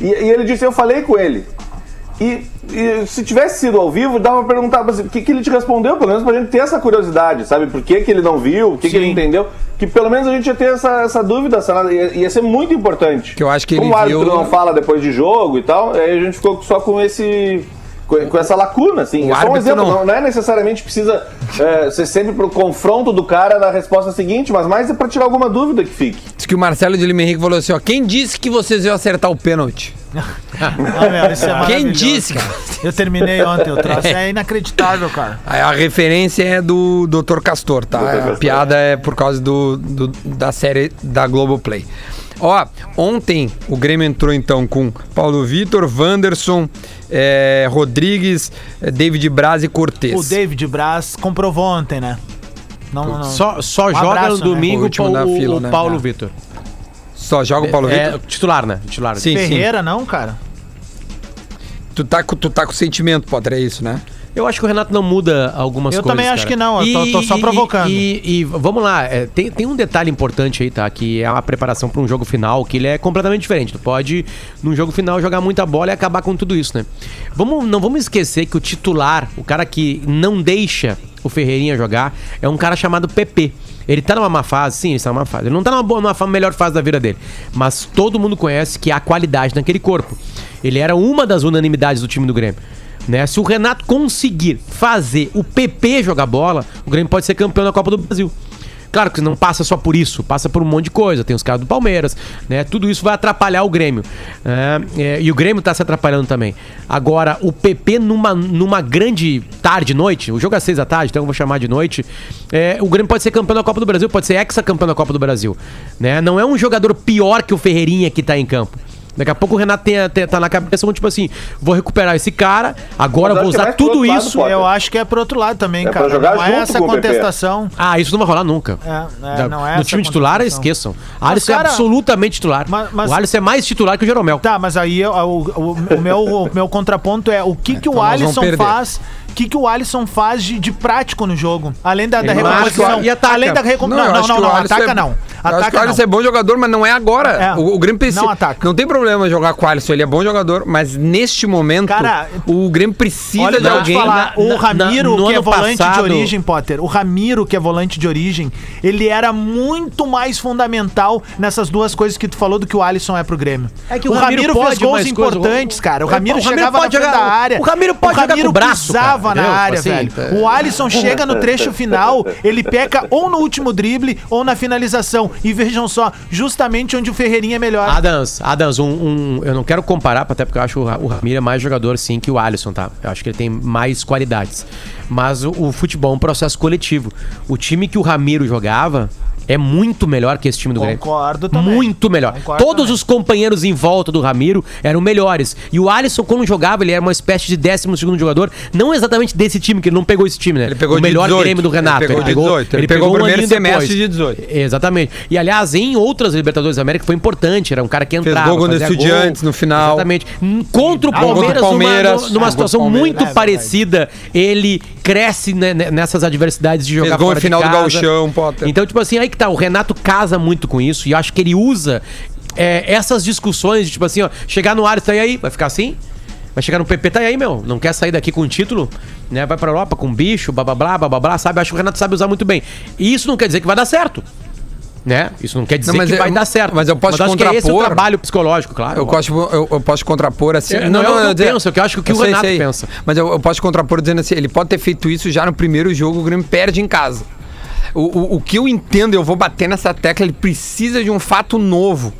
Speaker 3: E, e ele disse, eu falei com ele. E, e se tivesse sido ao vivo, dava pra perguntar mas o que, que ele te respondeu, pelo menos pra gente ter essa curiosidade, sabe? Por que, que ele não viu, o que, que ele entendeu. Que pelo menos a gente ia ter essa, essa dúvida, essa, ia, ia ser muito importante.
Speaker 2: Que eu acho que
Speaker 3: Como
Speaker 2: ele
Speaker 3: o árbitro
Speaker 2: viu-
Speaker 3: não fala depois de jogo e tal, aí a gente ficou só com esse... com, com essa lacuna,
Speaker 2: O
Speaker 3: assim. é só um
Speaker 2: árbitro
Speaker 3: exemplo,
Speaker 2: não-
Speaker 3: não, não é necessariamente precisa é, ser sempre pro confronto do cara da resposta seguinte, mas mais é pra tirar alguma dúvida que fique.
Speaker 2: Diz que o Marcelo de Lima Henrique falou assim: ó, quem disse que vocês iam acertar o pênalti?
Speaker 5: Ah, meu, isso é
Speaker 2: Quem
Speaker 5: maravilhoso,
Speaker 2: disse?
Speaker 5: cara. Eu terminei ontem o troço. É inacreditável, cara.
Speaker 2: Aí A referência é do Dr. Castor, tá? A piada é por causa do, do- da série da Globoplay. Ó, ontem o Grêmio entrou então com Paulo Vitor, Wanderson, eh, Rodrigues, eh, David Braz e Cortez.
Speaker 5: O David Braz comprovou ontem, né? Não, não.
Speaker 4: Só, só
Speaker 5: Um
Speaker 4: joga
Speaker 5: abraço,
Speaker 4: no
Speaker 5: né?
Speaker 2: O
Speaker 4: domingo
Speaker 2: último
Speaker 4: o,
Speaker 2: da fila,
Speaker 4: o
Speaker 2: né?
Speaker 4: Paulo
Speaker 2: Ah.
Speaker 4: Vitor.
Speaker 2: Só joga o Paulo
Speaker 4: é,
Speaker 2: Vitor?
Speaker 4: Titular, né? Titular.
Speaker 2: Sim, sim.
Speaker 5: Ferreira, não, cara.
Speaker 2: Tu tá, com- tu tá com sentimento, Potter, é isso, né?
Speaker 4: Eu acho que o Renato não muda algumas
Speaker 5: Eu
Speaker 4: coisas.
Speaker 5: também acho
Speaker 4: cara.
Speaker 5: que não, eu tô- tô só provocando.
Speaker 4: E, e vamos lá, é, tem, tem um detalhe importante aí, tá? Que é a preparação para um jogo final, que ele é completamente diferente. Tu pode, num jogo final, jogar muita bola e acabar com tudo isso, né? Vamos, não vamos esquecer que o titular, o cara que não deixa o Ferreirinha jogar, é um cara chamado PP. Ele tá numa má fase, sim, ele tá numa má fase. Ele não tá numa, boa, numa fa- melhor fase da vida dele. Mas todo mundo conhece que há qualidade naquele corpo. Ele era uma das unanimidades do time do Grêmio né? Se o Renato conseguir fazer o PP jogar bola, o Grêmio pode ser campeão da Copa do Brasil. Claro que não passa só por isso, passa por um monte de coisa. Tem os caras do Palmeiras, né? Tudo isso vai atrapalhar o Grêmio. né? É, e o Grêmio tá se atrapalhando também. Agora, o PP numa, numa grande tarde, noite, o jogo é às seis da tarde, então eu vou chamar de noite. é, o Grêmio pode ser campeão da Copa do Brasil, pode ser ex-campeão da Copa do Brasil. Né? Não é um jogador pior que o Ferreirinha que tá em campo. Daqui a pouco o Renato tem, tem- tá na cabeça, tipo assim, vou recuperar esse cara, agora
Speaker 3: Mas acho
Speaker 4: vou
Speaker 3: que
Speaker 4: usar
Speaker 3: vai pro
Speaker 4: tudo
Speaker 3: outro lado,
Speaker 4: isso.
Speaker 3: pô.
Speaker 5: Eu acho que é pro outro lado também,
Speaker 3: É pra
Speaker 5: cara.
Speaker 3: jogar
Speaker 5: não é
Speaker 3: junto
Speaker 5: essa
Speaker 3: com o PP.
Speaker 5: contestação.
Speaker 4: Ah, isso não vai rolar nunca.
Speaker 5: É, é,
Speaker 4: Da-
Speaker 5: não é
Speaker 4: no
Speaker 5: essa
Speaker 4: time titular,
Speaker 5: contratação.
Speaker 4: esqueçam.
Speaker 5: Mas,
Speaker 4: Alisson
Speaker 5: cara,
Speaker 4: é absolutamente titular.
Speaker 5: mas- mas-
Speaker 4: O Alisson é mais titular que o Jeromel.
Speaker 5: Tá, mas aí eu- o, o- o meu, o meu contraponto é o que, que
Speaker 2: então
Speaker 5: o
Speaker 2: nós vamos
Speaker 5: Alisson
Speaker 2: perder.
Speaker 5: faz. O que, que o Alisson faz de, de prático no jogo? Além da, da
Speaker 4: Ele marca
Speaker 5: recomposição.
Speaker 4: e ataca.
Speaker 5: Além da recomposição.
Speaker 2: eu
Speaker 5: Não,
Speaker 2: acho
Speaker 5: não,
Speaker 2: que
Speaker 5: não,
Speaker 2: o
Speaker 5: não,
Speaker 2: Alisson
Speaker 5: Ataca
Speaker 2: é-
Speaker 5: não.
Speaker 2: eu acho que o
Speaker 5: Ataca
Speaker 2: Alisson é
Speaker 5: não.
Speaker 2: bom jogador, mas não é agora.
Speaker 5: É.
Speaker 2: O, o Grêmio precisa.
Speaker 5: Não ataca.
Speaker 2: Não tem problema jogar com o Alisson, ele é bom jogador, mas neste momento
Speaker 5: Cara,
Speaker 2: o Grêmio precisa
Speaker 5: Olha,
Speaker 2: de
Speaker 5: eu vou te
Speaker 2: alguém.
Speaker 5: falar,
Speaker 4: na-
Speaker 5: o
Speaker 4: na-
Speaker 5: Ramiro,
Speaker 4: na- no
Speaker 5: que é
Speaker 4: ano
Speaker 5: volante
Speaker 4: passado-
Speaker 5: de origem, Potter, o Ramiro, que é volante de origem, ele era muito mais fundamental nessas duas coisas que tu falou do que o Alisson é pro Grêmio.
Speaker 4: É que o Ramiro
Speaker 5: fez
Speaker 4: pode
Speaker 5: gols
Speaker 4: mais coisa.
Speaker 5: importantes, cara. O
Speaker 4: É,
Speaker 5: Ramiro
Speaker 4: o Ramiro
Speaker 5: chegava
Speaker 4: pode
Speaker 5: na frente
Speaker 4: jogar-
Speaker 5: da área.
Speaker 4: o Ramiro pode jogar com o braço,
Speaker 5: pisava
Speaker 4: cara,
Speaker 5: na
Speaker 4: entendeu?
Speaker 5: área,
Speaker 4: Assim,
Speaker 5: velho.
Speaker 4: é.
Speaker 5: O Alisson chega no trecho final, ele peca ou no último drible ou na finalização. E vejam só, justamente onde o Ferreirinha é melhor.
Speaker 4: Adams, Adams, um, um- eu não quero comparar, até porque eu acho o Ra- o Ramiro é mais jogador sim que o Alisson, tá? Eu acho que ele tem mais qualidades. Mas o, o futebol é um processo coletivo. O time que o Ramiro jogava é muito melhor que esse time do Grêmio.
Speaker 5: Concordo também.
Speaker 4: Muito melhor.
Speaker 5: Concordo
Speaker 4: Todos
Speaker 5: também.
Speaker 4: os companheiros em volta do Ramiro eram melhores. E o Alisson, quando jogava, ele era uma espécie de 12 segundo jogador, não exatamente desse time, que ele não pegou esse time, né?
Speaker 2: Ele pegou
Speaker 4: o
Speaker 2: de
Speaker 4: melhor
Speaker 2: 18,
Speaker 4: Grêmio do
Speaker 2: ele
Speaker 4: Renato.
Speaker 2: pegou de 18, ele
Speaker 4: um
Speaker 2: pegou o primeiro semestre de 18.
Speaker 4: É, Exatamente. E aliás, em outras Libertadores da América foi importante. Era um cara que entrava.
Speaker 2: gol contra o
Speaker 4: fazia
Speaker 2: Estudiantes no final.
Speaker 4: Exatamente. N- Contra o
Speaker 2: Ah, gol contra o
Speaker 4: Palmeiras,
Speaker 2: Palmeiras.
Speaker 4: numa, numa
Speaker 2: Ah,
Speaker 4: situação
Speaker 2: gol do Palmeiras.
Speaker 4: muito
Speaker 5: É verdade.
Speaker 4: parecida. Ele cresce né, né, nessas adversidades de jogar
Speaker 2: gol em
Speaker 4: fora de
Speaker 2: final do
Speaker 4: casa.
Speaker 2: Gauchão, Potter.
Speaker 4: Então, tipo assim, aí que tá. O Renato casa muito com isso e eu acho que ele usa é, essas discussões de tipo assim, ó, chegar no Alisson tá aí, vai ficar assim? Vai chegar no PP, tá aí, meu. Não quer sair daqui com o título, né? Vai pra Europa com bicho, blá blá blá, blá blá, blá, sabe? Acho que o Renato sabe usar muito bem. E isso não quer dizer que vai dar certo. Né? Isso não quer dizer
Speaker 2: Não, mas
Speaker 4: que
Speaker 2: eu-
Speaker 4: vai dar certo.
Speaker 2: mas eu posso
Speaker 4: acho que esse é o
Speaker 2: contrapor.
Speaker 4: trabalho psicológico, claro.
Speaker 2: Eu posso, eu, eu posso contrapor assim.
Speaker 4: É, não é o que eu penso, é o que eu acho que o
Speaker 2: sei,
Speaker 4: Renato
Speaker 2: sei.
Speaker 4: pensa.
Speaker 2: Mas eu, eu posso contrapor dizendo assim: ele pode ter feito isso já no primeiro jogo, o Grêmio perde em casa. O, o- o que eu entendo, eu vou bater nessa tecla, ele precisa de um fato novo.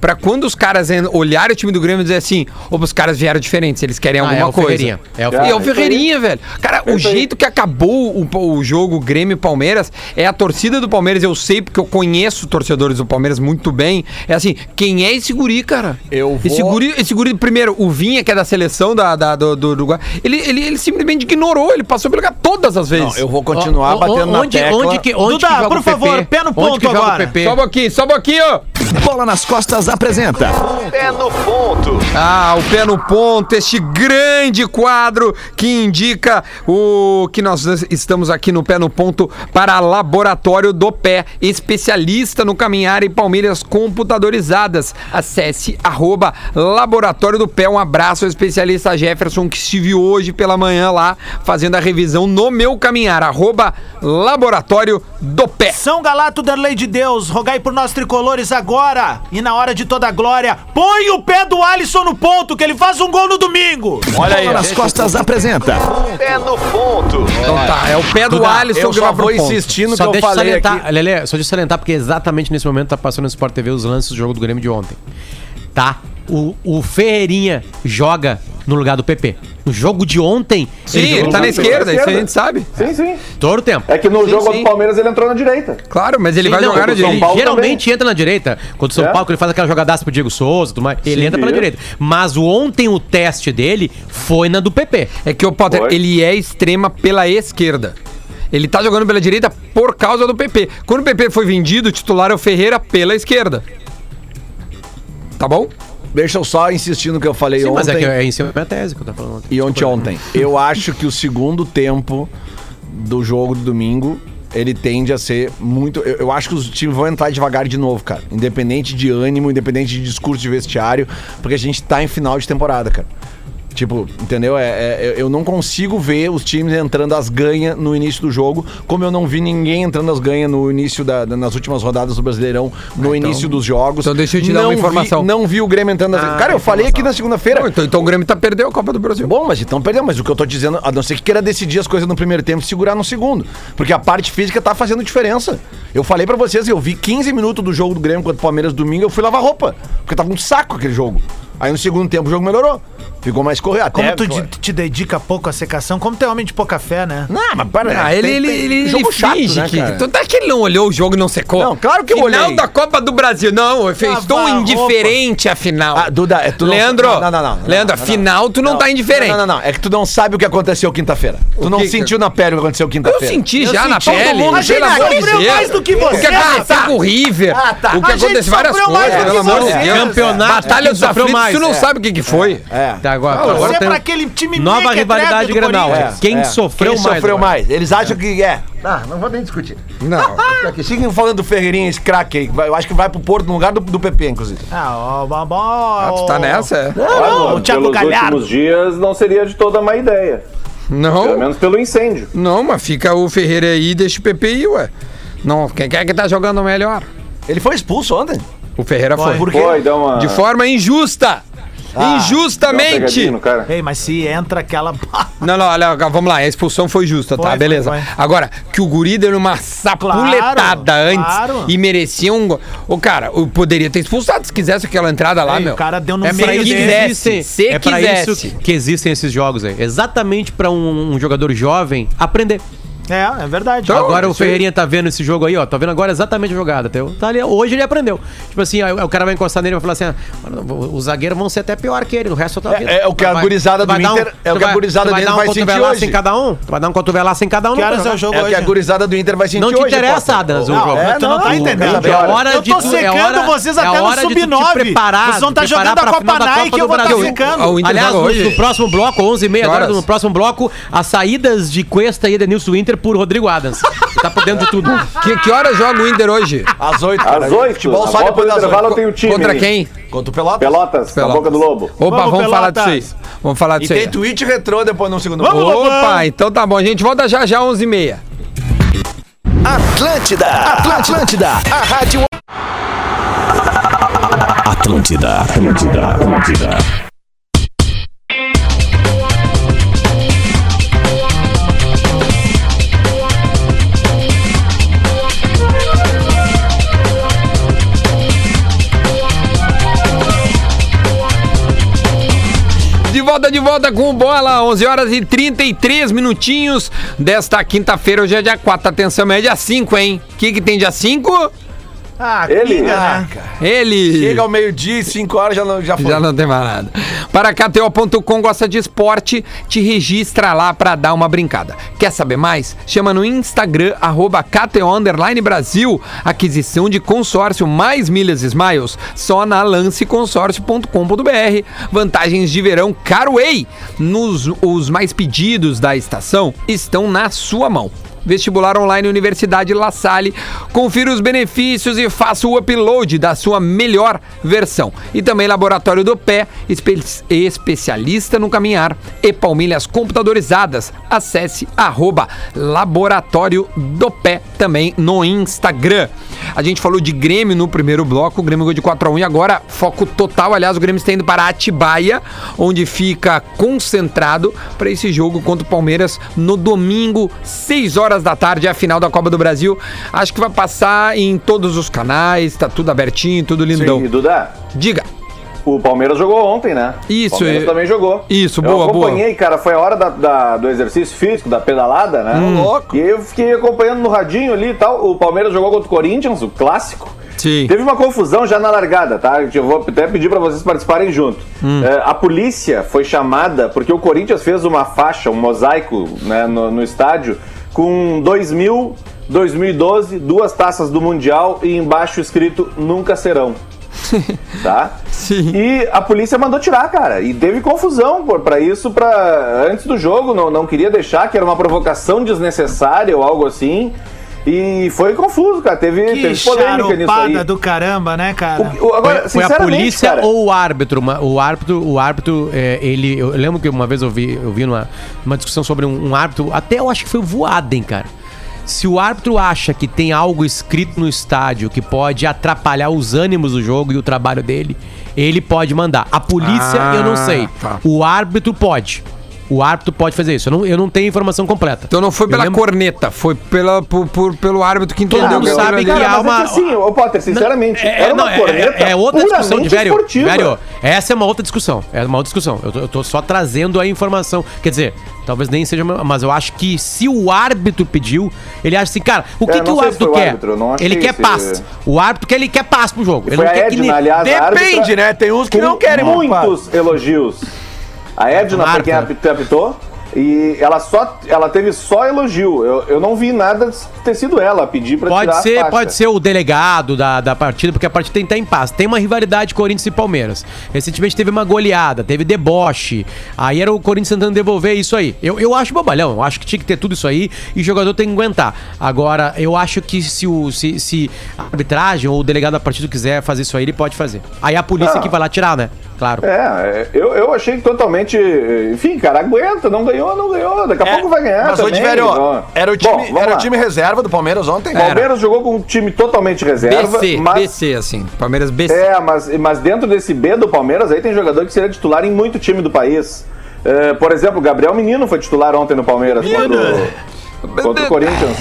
Speaker 2: Pra quando os caras en- olharem o time do Grêmio e dizer assim, opa, os caras vieram diferentes, eles querem
Speaker 4: Ah,
Speaker 2: alguma
Speaker 4: é o
Speaker 2: coisa.
Speaker 4: Ferreirinha,
Speaker 2: E
Speaker 4: é o
Speaker 2: é o
Speaker 4: Ferreirinha.
Speaker 2: Ferreirinha, velho. Cara, o jeito que acabou o, o jogo Grêmio e Palmeiras é a torcida do Palmeiras, eu sei porque eu conheço torcedores do Palmeiras muito bem. É assim, quem é esse guri, cara?
Speaker 7: Eu vou-
Speaker 2: Esse guri, esse guri primeiro, o Vinha, que é da seleção da, da- do, do Uruguai, ele, ele, ele simplesmente ignorou, ele passou pelo lugar todas as vezes.
Speaker 7: Não, eu vou continuar
Speaker 4: Ó, ó,
Speaker 7: batendo na
Speaker 4: onde-
Speaker 7: tecla.
Speaker 4: onde que- onde
Speaker 5: Duda,
Speaker 4: que joga
Speaker 5: por
Speaker 4: o PP?
Speaker 5: favor, pé no
Speaker 4: Onde
Speaker 5: ponto
Speaker 4: que joga o
Speaker 5: agora.
Speaker 4: PP?
Speaker 2: Sobe aqui, sobe aqui, ó!
Speaker 6: Bola nas costas apresenta. Pé É no ponto.
Speaker 2: Ah, o pé no ponto, este grande quadro que indica o que nós estamos aqui no pé no ponto para Laboratório do Pé, especialista no caminhar e palmeiras computadorizadas. Acesse arroba Laboratório do Pé. Um abraço ao especialista Jefferson que estive hoje pela manhã lá fazendo a revisão no meu caminhar, arroba Laboratório do Pé.
Speaker 5: São Galato, Derlei de Deus, rogai por nós tricolores agora. agora e na hora de toda a glória, põe o pé do Alisson no ponto, que ele faz um gol no domingo.
Speaker 2: Olha aí.
Speaker 8: Nas costas apresenta.
Speaker 6: é
Speaker 2: Então tá, é o pé do
Speaker 7: Duda,
Speaker 2: Alisson
Speaker 7: eu
Speaker 2: que vai
Speaker 7: só
Speaker 2: pro
Speaker 7: vou
Speaker 2: ponto.
Speaker 7: insistir no que
Speaker 4: Só
Speaker 7: eu
Speaker 4: deixa eu
Speaker 7: falei
Speaker 4: salientar,
Speaker 7: aqui.
Speaker 4: Lelê, só deixa eu salientar, porque exatamente nesse momento tá passando no Sport TV os lances do jogo do Grêmio de ontem. Tá? O, o Ferreirinha joga no lugar do PP. No jogo de ontem,
Speaker 2: Sim, ele
Speaker 4: jogou
Speaker 2: tá
Speaker 4: no
Speaker 2: na
Speaker 4: lugar do PP.
Speaker 2: esquerda, isso a gente sabe.
Speaker 3: Sim, sim.
Speaker 4: Todo o tempo.
Speaker 3: É que no
Speaker 2: Sim,
Speaker 3: jogo
Speaker 2: sim.
Speaker 3: do Palmeiras ele entrou na direita.
Speaker 2: Claro, mas ele
Speaker 4: Sim,
Speaker 2: vai
Speaker 4: não,
Speaker 2: jogar na
Speaker 4: ele
Speaker 2: direita.
Speaker 3: Paulo
Speaker 4: geralmente entra na direita. Contra o São
Speaker 3: É.
Speaker 4: Paulo, que ele faz aquela jogadaça pro Diego Souza, tudo mais, ele entra pela
Speaker 3: isso.
Speaker 4: direita. Mas o- ontem o teste dele foi na do PP.
Speaker 2: É que o Potter,
Speaker 3: Foi.
Speaker 2: ele é extrema pela esquerda. Ele tá jogando pela direita por causa do PP. Quando o PP foi vendido, o titular é o Ferreira pela esquerda. Tá bom?
Speaker 7: Deixa eu só insistir no que eu falei
Speaker 4: Sim,
Speaker 7: ontem.
Speaker 4: mas é que é em cima da minha tese que eu tô falando ontem.
Speaker 7: E ontem ontem. Eu acho que o segundo tempo do jogo do domingo, ele tende a ser muito. Eu, eu acho que os times vão entrar devagar de novo, cara. Independente de ânimo, independente de discurso de vestiário, porque a gente tá em final de temporada, cara. Tipo, entendeu? É- é- eu- eu não consigo ver os times entrando às ganhas no início do jogo, como eu não vi ninguém entrando às ganhas no início da, da- nas últimas rodadas do Brasileirão, no início dos jogos.
Speaker 2: Ah, então deixa eu te dar uma
Speaker 7: vi-
Speaker 2: informação. Ah,
Speaker 7: não vi o Grêmio entrando às Cara, eu falei aqui na segunda-feira.
Speaker 2: Não, então, então o Grêmio tá perdeu a Copa do Brasil.
Speaker 7: Bom, mas então perdeu. Mas o que eu tô dizendo, a não ser que queira decidir as coisas no primeiro tempo e segurar no segundo. Porque a parte física tá fazendo diferença. Eu falei pra vocês, eu vi 15 minutos do jogo do Grêmio contra o Palmeiras domingo, eu fui lavar roupa. Porque tava um saco aquele jogo. Aí no segundo tempo o jogo melhorou. Ficou mais correto. Até-
Speaker 5: Como tu de- te dedica pouco à secação, como tu é homem de pouca fé, né?
Speaker 7: Não, mas para.
Speaker 2: Ah,
Speaker 7: É, tem-
Speaker 2: ele, ele,
Speaker 7: tem-
Speaker 2: ele, ele
Speaker 7: jogo chato,
Speaker 2: finge
Speaker 7: né,
Speaker 2: que.
Speaker 7: cara?
Speaker 2: Tanto é que ele não olhou o jogo e não secou.
Speaker 7: Não, claro que eu
Speaker 2: final
Speaker 7: olhei.
Speaker 2: da Copa do Brasil. Não, eu fiz- estou
Speaker 5: Lavar a
Speaker 2: indiferente à final.
Speaker 7: Ah, Duda, é, tu não-
Speaker 2: Leandro,
Speaker 7: não, não, não, não,
Speaker 2: Leandro,
Speaker 7: não, não.
Speaker 2: a final tu não, tá indiferente.
Speaker 7: Não, não, não. É que tu não sabe o que aconteceu quinta-feira. Tu não
Speaker 2: que-
Speaker 7: sentiu na pele o que aconteceu
Speaker 2: Eu
Speaker 7: quinta-feira.
Speaker 2: senti
Speaker 5: Tá Eu
Speaker 2: já na
Speaker 5: senti.
Speaker 2: pele.
Speaker 5: A gente
Speaker 2: pelo amor de
Speaker 5: sofreu
Speaker 2: Deus.
Speaker 5: mais do que
Speaker 2: O
Speaker 5: você,
Speaker 2: que aconteceu
Speaker 5: Rafa.
Speaker 2: com o River?
Speaker 5: Ah, tá.
Speaker 2: O que
Speaker 5: A gente
Speaker 2: aconteceu? Várias
Speaker 5: sofreu mais
Speaker 2: coisas.
Speaker 5: do que
Speaker 2: Pelo amor de
Speaker 5: você.
Speaker 2: Deus.
Speaker 4: Campeonato,
Speaker 2: Batalha
Speaker 4: quem
Speaker 2: dos
Speaker 4: sofreu
Speaker 2: aflitos,
Speaker 4: mais,
Speaker 2: tu não
Speaker 4: é.
Speaker 2: sabe o que, que foi.
Speaker 7: É.
Speaker 4: Tá, agora,
Speaker 5: Você
Speaker 4: agora
Speaker 5: é
Speaker 4: tem-
Speaker 5: pra aquele time
Speaker 4: Nova
Speaker 5: mequetrefe
Speaker 4: rivalidade
Speaker 5: do
Speaker 4: Grenal.
Speaker 5: Corinthians.
Speaker 4: Quem sofreu
Speaker 7: É, Quem
Speaker 4: mais?
Speaker 7: sofreu
Speaker 4: agora?
Speaker 7: mais? Eles acham que é. Ah, não vou nem discutir.
Speaker 2: Não.
Speaker 7: Aqui, Sigam falando do Ferreirinha, esse craque aí. que vai- Eu acho que vai pro Porto no lugar do, do PP, inclusive.
Speaker 4: é.
Speaker 5: Ah, ó, ó, ó,
Speaker 2: Ah, tu tá nessa? é?
Speaker 5: Não, não,
Speaker 3: Olha,
Speaker 5: o Thiago
Speaker 3: pelos
Speaker 5: Galhardo.
Speaker 3: últimos dias não seria de toda má ideia. Pelo
Speaker 2: Não,
Speaker 3: menos pelo incêndio.
Speaker 2: não, mas fica o Ferreira aí e deixa o PP aí, ué. Não, quem é que tá jogando melhor?
Speaker 7: Ele foi expulso ontem.
Speaker 2: O Ferreira foi.
Speaker 5: Por quê?
Speaker 3: Foi, dá uma.
Speaker 2: De forma injusta.
Speaker 5: Ah,
Speaker 3: dá uma pegadinha
Speaker 5: é
Speaker 2: Injustamente.
Speaker 3: no cara.
Speaker 5: Ei, mas se entra aquela.
Speaker 2: Não, não, olha, vamos lá, a expulsão foi justa,
Speaker 5: Foi,
Speaker 2: tá?
Speaker 5: foi,
Speaker 2: Beleza.
Speaker 5: foi.
Speaker 2: Agora, que o Guri deu uma sapuletada antes
Speaker 5: claro.
Speaker 2: e merecia um. go- O cara, o poderia ter expulsado se quisesse aquela entrada lá,
Speaker 5: Ei,
Speaker 2: meu.
Speaker 5: o cara deu no
Speaker 2: é pra
Speaker 5: meio
Speaker 2: isso que
Speaker 5: dele.
Speaker 2: quisesse, se
Speaker 4: é pra
Speaker 2: quisesse.
Speaker 4: isso que existem esses jogos aí. Exatamente pra um, um jogador jovem aprender.
Speaker 5: É, é verdade.
Speaker 2: Então,
Speaker 4: agora o
Speaker 2: isso aí.
Speaker 4: Ferreirinha tá vendo esse jogo aí, ó. Tá vendo agora exatamente a jogada. Tá, tá ali, hoje ele aprendeu. Tipo assim, aí o cara vai encostar nele e vai falar assim: ah, mano, os zagueiros vão ser até pior que ele, o resto da tua
Speaker 7: É-
Speaker 4: vida.
Speaker 7: é o que
Speaker 4: Tu
Speaker 7: a
Speaker 4: vai-
Speaker 7: gurizada
Speaker 4: tu vai
Speaker 7: do
Speaker 4: dar
Speaker 7: Inter- é o
Speaker 4: tu
Speaker 7: que a
Speaker 4: vai-
Speaker 7: gurizada
Speaker 4: tu vai
Speaker 7: dele
Speaker 4: dar um
Speaker 7: vai sentir
Speaker 4: cotovelada
Speaker 7: hoje.
Speaker 4: Sem cada um. Tu vai dar um cotovelaço sem cada um.
Speaker 5: que
Speaker 4: no
Speaker 5: horas é o
Speaker 4: campeonato.
Speaker 5: jogo
Speaker 7: É o que
Speaker 5: hoje?
Speaker 7: a gurizada do Inter vai sentir
Speaker 4: é Não te
Speaker 7: hoje,
Speaker 4: interessa,
Speaker 7: Potter.
Speaker 4: Adams, o
Speaker 7: Não,
Speaker 4: jogo.
Speaker 7: é,
Speaker 5: Mas tu não, tá entendendo.
Speaker 4: É hora
Speaker 5: eu
Speaker 4: de
Speaker 5: tô
Speaker 4: tu- é
Speaker 5: secando
Speaker 4: hora-
Speaker 5: vocês
Speaker 4: é
Speaker 5: até no
Speaker 4: hora de tu te
Speaker 5: Sub-9.
Speaker 4: preparar,
Speaker 5: Vocês vão
Speaker 4: te
Speaker 5: estar
Speaker 4: preparar
Speaker 5: jogando a
Speaker 4: pra
Speaker 5: Copa
Speaker 4: final da
Speaker 5: Nike
Speaker 4: Copa
Speaker 5: e eu
Speaker 4: do
Speaker 5: vou estar
Speaker 4: Brasil.
Speaker 5: secando.
Speaker 2: O Inter
Speaker 4: Aliás,
Speaker 2: joga
Speaker 4: no,
Speaker 2: hoje?
Speaker 4: no próximo bloco, 11h30,
Speaker 2: Que
Speaker 4: agora
Speaker 2: horas?
Speaker 4: no próximo bloco, as saídas de Cuesta e Edenilson Inter por Rodrigo Adams. tá por dentro de tudo.
Speaker 2: Que, que hora joga o Inter hoje?
Speaker 7: Às oito. cara.
Speaker 3: Às oito.
Speaker 7: Futebol
Speaker 3: na
Speaker 7: só
Speaker 3: volta
Speaker 7: depois
Speaker 3: do
Speaker 7: das
Speaker 3: intervalo
Speaker 7: oito.
Speaker 3: tem o time.
Speaker 2: Contra quem?
Speaker 7: Contra o Pelota.
Speaker 3: Pelotas, na
Speaker 2: Pelotas.
Speaker 3: boca do Lobo.
Speaker 2: Opa,
Speaker 5: Vamos,
Speaker 2: vamos, falar
Speaker 5: Pelotas.
Speaker 2: disso aí. Vamos falar
Speaker 7: E
Speaker 2: disso
Speaker 7: tem
Speaker 2: aí.
Speaker 7: tweet retrô depois no segundo bloco.
Speaker 2: Opa, então tá bom, a gente volta já já 11h30.
Speaker 8: Atlântida. Atlântida. A rádio. Atlântida. Atlântida. Atlântida.
Speaker 2: De volta, de volta com o bola, 11 horas e 33 minutinhos desta quinta-feira, hoje é dia 4, atenção, amanhã é dia 5, hein? O que, que tem dia 5?
Speaker 5: Ah,
Speaker 3: Ele-
Speaker 5: pinga,
Speaker 7: Ah,
Speaker 5: né?
Speaker 7: cara.
Speaker 2: Ele!
Speaker 7: Chega ao meio-dia e cinco horas já, não, já foi.
Speaker 2: Já não tem mais nada. Para KTO.com gosta de esporte, te registra lá pra dar uma brincada. Quer saber mais? Chama no Instagram, arroba KTO Underline Brasil. Aquisição de consórcio mais milhas e smiles só na lanceconsórcio.com.br. Vantagens de verão Carway. Nos, os mais pedidos da estação estão na sua mão. Vestibular Online Universidade La Salle. Confira os benefícios e faça o upload da sua melhor versão. E também Laboratório do Pé, espe- especialista no caminhar e palmilhas computadorizadas. Acesse arroba Laboratório do Pé também no Instagram. A gente falou de Grêmio no primeiro bloco, o Grêmio ganhou de 4x1 e agora foco total. Aliás, o Grêmio está indo para Atibaia, onde fica concentrado para esse jogo contra o Palmeiras no domingo, 6 horas da tarde, é a final da Copa do Brasil. Acho que vai passar em todos os canais, tá tudo abertinho, tudo lindão.
Speaker 3: E Duda,
Speaker 2: Diga.
Speaker 3: o Palmeiras jogou ontem, né?
Speaker 2: Isso,
Speaker 3: O Palmeiras
Speaker 2: é-
Speaker 3: também jogou.
Speaker 2: Isso,
Speaker 3: Eu
Speaker 2: boa,
Speaker 3: acompanhei, cara, foi a hora da- da- do exercício físico, da pedalada, né?
Speaker 2: louco.
Speaker 3: E eu fiquei acompanhando no radinho ali e tal. O Palmeiras jogou contra o Corinthians, o clássico.
Speaker 2: Sim.
Speaker 3: Teve uma confusão já na largada, tá? Eu vou até pedir pra vocês participarem junto.
Speaker 2: Hum.
Speaker 3: É, a polícia foi chamada porque o Corinthians fez uma faixa, um mosaico né, no, no estádio com 2000, 2012, duas taças do Mundial e embaixo escrito Nunca Serão. tá?
Speaker 2: Sim.
Speaker 3: E a polícia mandou tirar, cara. E teve confusão por- pra isso, pra antes do jogo, não, não queria deixar, que era uma provocação desnecessária ou algo assim. E foi confuso, cara. Teve,
Speaker 5: Que
Speaker 3: teve polêmica nisso aí.
Speaker 5: charopada do caramba, né, cara?
Speaker 3: O- o- agora,
Speaker 4: foi a
Speaker 3: sinceramente,
Speaker 4: polícia
Speaker 3: cara,
Speaker 4: ou o árbitro? Uma- O árbitro, o árbitro, é, ele. Eu lembro que uma vez eu vi, eu vi numa, numa discussão sobre um, um árbitro, até eu acho que foi o Voaden, cara. Se o árbitro acha que tem algo escrito no estádio que pode atrapalhar os ânimos do jogo e o trabalho dele, ele pode mandar. A polícia, eu
Speaker 3: Ah,
Speaker 4: não sei.
Speaker 3: tá.
Speaker 4: O árbitro pode. O árbitro pode fazer isso. Eu não, eu não tenho informação completa.
Speaker 2: Então não foi
Speaker 4: Eu
Speaker 2: pela
Speaker 4: lembro-
Speaker 2: corneta, foi pela, por- por- pelo árbitro que
Speaker 4: Todo
Speaker 2: entendeu.
Speaker 4: mundo
Speaker 2: que aquilo
Speaker 4: sabe
Speaker 2: ali
Speaker 4: que
Speaker 2: era-
Speaker 3: Cara,
Speaker 4: há
Speaker 3: mas
Speaker 4: uma-
Speaker 3: é que assim, ô Potter, sinceramente,
Speaker 4: É,
Speaker 3: era
Speaker 4: não,
Speaker 3: uma
Speaker 4: é,
Speaker 3: corneta
Speaker 4: é, é outra discussão de
Speaker 3: puramente
Speaker 4: velho.
Speaker 3: esportiva.
Speaker 4: Velho, essa é uma outra discussão. É uma outra discussão. Eu tô, eu tô só trazendo a informação. Quer dizer, talvez nem seja. Mas eu acho que se o árbitro pediu, ele acha assim, cara, o
Speaker 3: É,
Speaker 4: que,
Speaker 3: eu
Speaker 4: que
Speaker 3: não sei
Speaker 4: o
Speaker 3: se
Speaker 4: árbitro
Speaker 3: foi o
Speaker 4: quer?
Speaker 3: árbitro, eu não achei
Speaker 4: ele quer
Speaker 3: esse-
Speaker 4: paz. O árbitro quer, ele quer paz pro jogo. Ele
Speaker 3: Foi
Speaker 4: não
Speaker 3: a
Speaker 4: quer que
Speaker 3: Edna,
Speaker 4: nem-
Speaker 3: aliás, a
Speaker 7: Depende,
Speaker 3: árbitra,
Speaker 7: né? Tem uns que
Speaker 3: com
Speaker 7: não querem
Speaker 3: muitos elogios. A Edna
Speaker 4: É, Marta.
Speaker 3: foi quem apit- apitou e ela só ela teve só elogio. Eu, eu não vi nada de ter sido ela pedir pra tirar
Speaker 4: Pode
Speaker 3: a
Speaker 4: ser,
Speaker 3: faixa.
Speaker 4: pode ser o delegado da, da partida, porque a partida tem que estar em paz. Tem uma rivalidade Corinthians e Palmeiras. Recentemente teve uma goleada, teve deboche. Aí era o Corinthians tentando devolver isso aí. Eu, eu acho bobalhão, eu acho que tinha que ter tudo isso aí e o jogador tem que aguentar. Agora, eu acho que se, o, se, se a arbitragem ou o delegado da partida quiser fazer isso aí, ele pode fazer. Aí a polícia
Speaker 3: Ah.
Speaker 4: que vai lá tirar, né? Claro.
Speaker 3: É, é, eu, eu achei totalmente. Enfim, cara, aguenta, não ganhou, não ganhou. Daqui a
Speaker 7: É,
Speaker 3: pouco vai ganhar.
Speaker 7: Mas, ô,
Speaker 3: também,
Speaker 7: Diverio,
Speaker 3: então.
Speaker 7: era o
Speaker 3: Bom,
Speaker 7: time,
Speaker 3: vamos
Speaker 7: era o
Speaker 3: lá.
Speaker 7: time reserva do Palmeiras ontem?
Speaker 3: O Palmeiras jogou com um time totalmente reserva,
Speaker 2: BC,
Speaker 3: mas
Speaker 2: BC, assim. Palmeiras BC.
Speaker 3: É, mas, mas dentro desse B do Palmeiras, aí tem jogador que seria titular em muito time do país. É, por exemplo, o Gabriel Menino foi titular ontem no Palmeiras contra o, contra o Corinthians.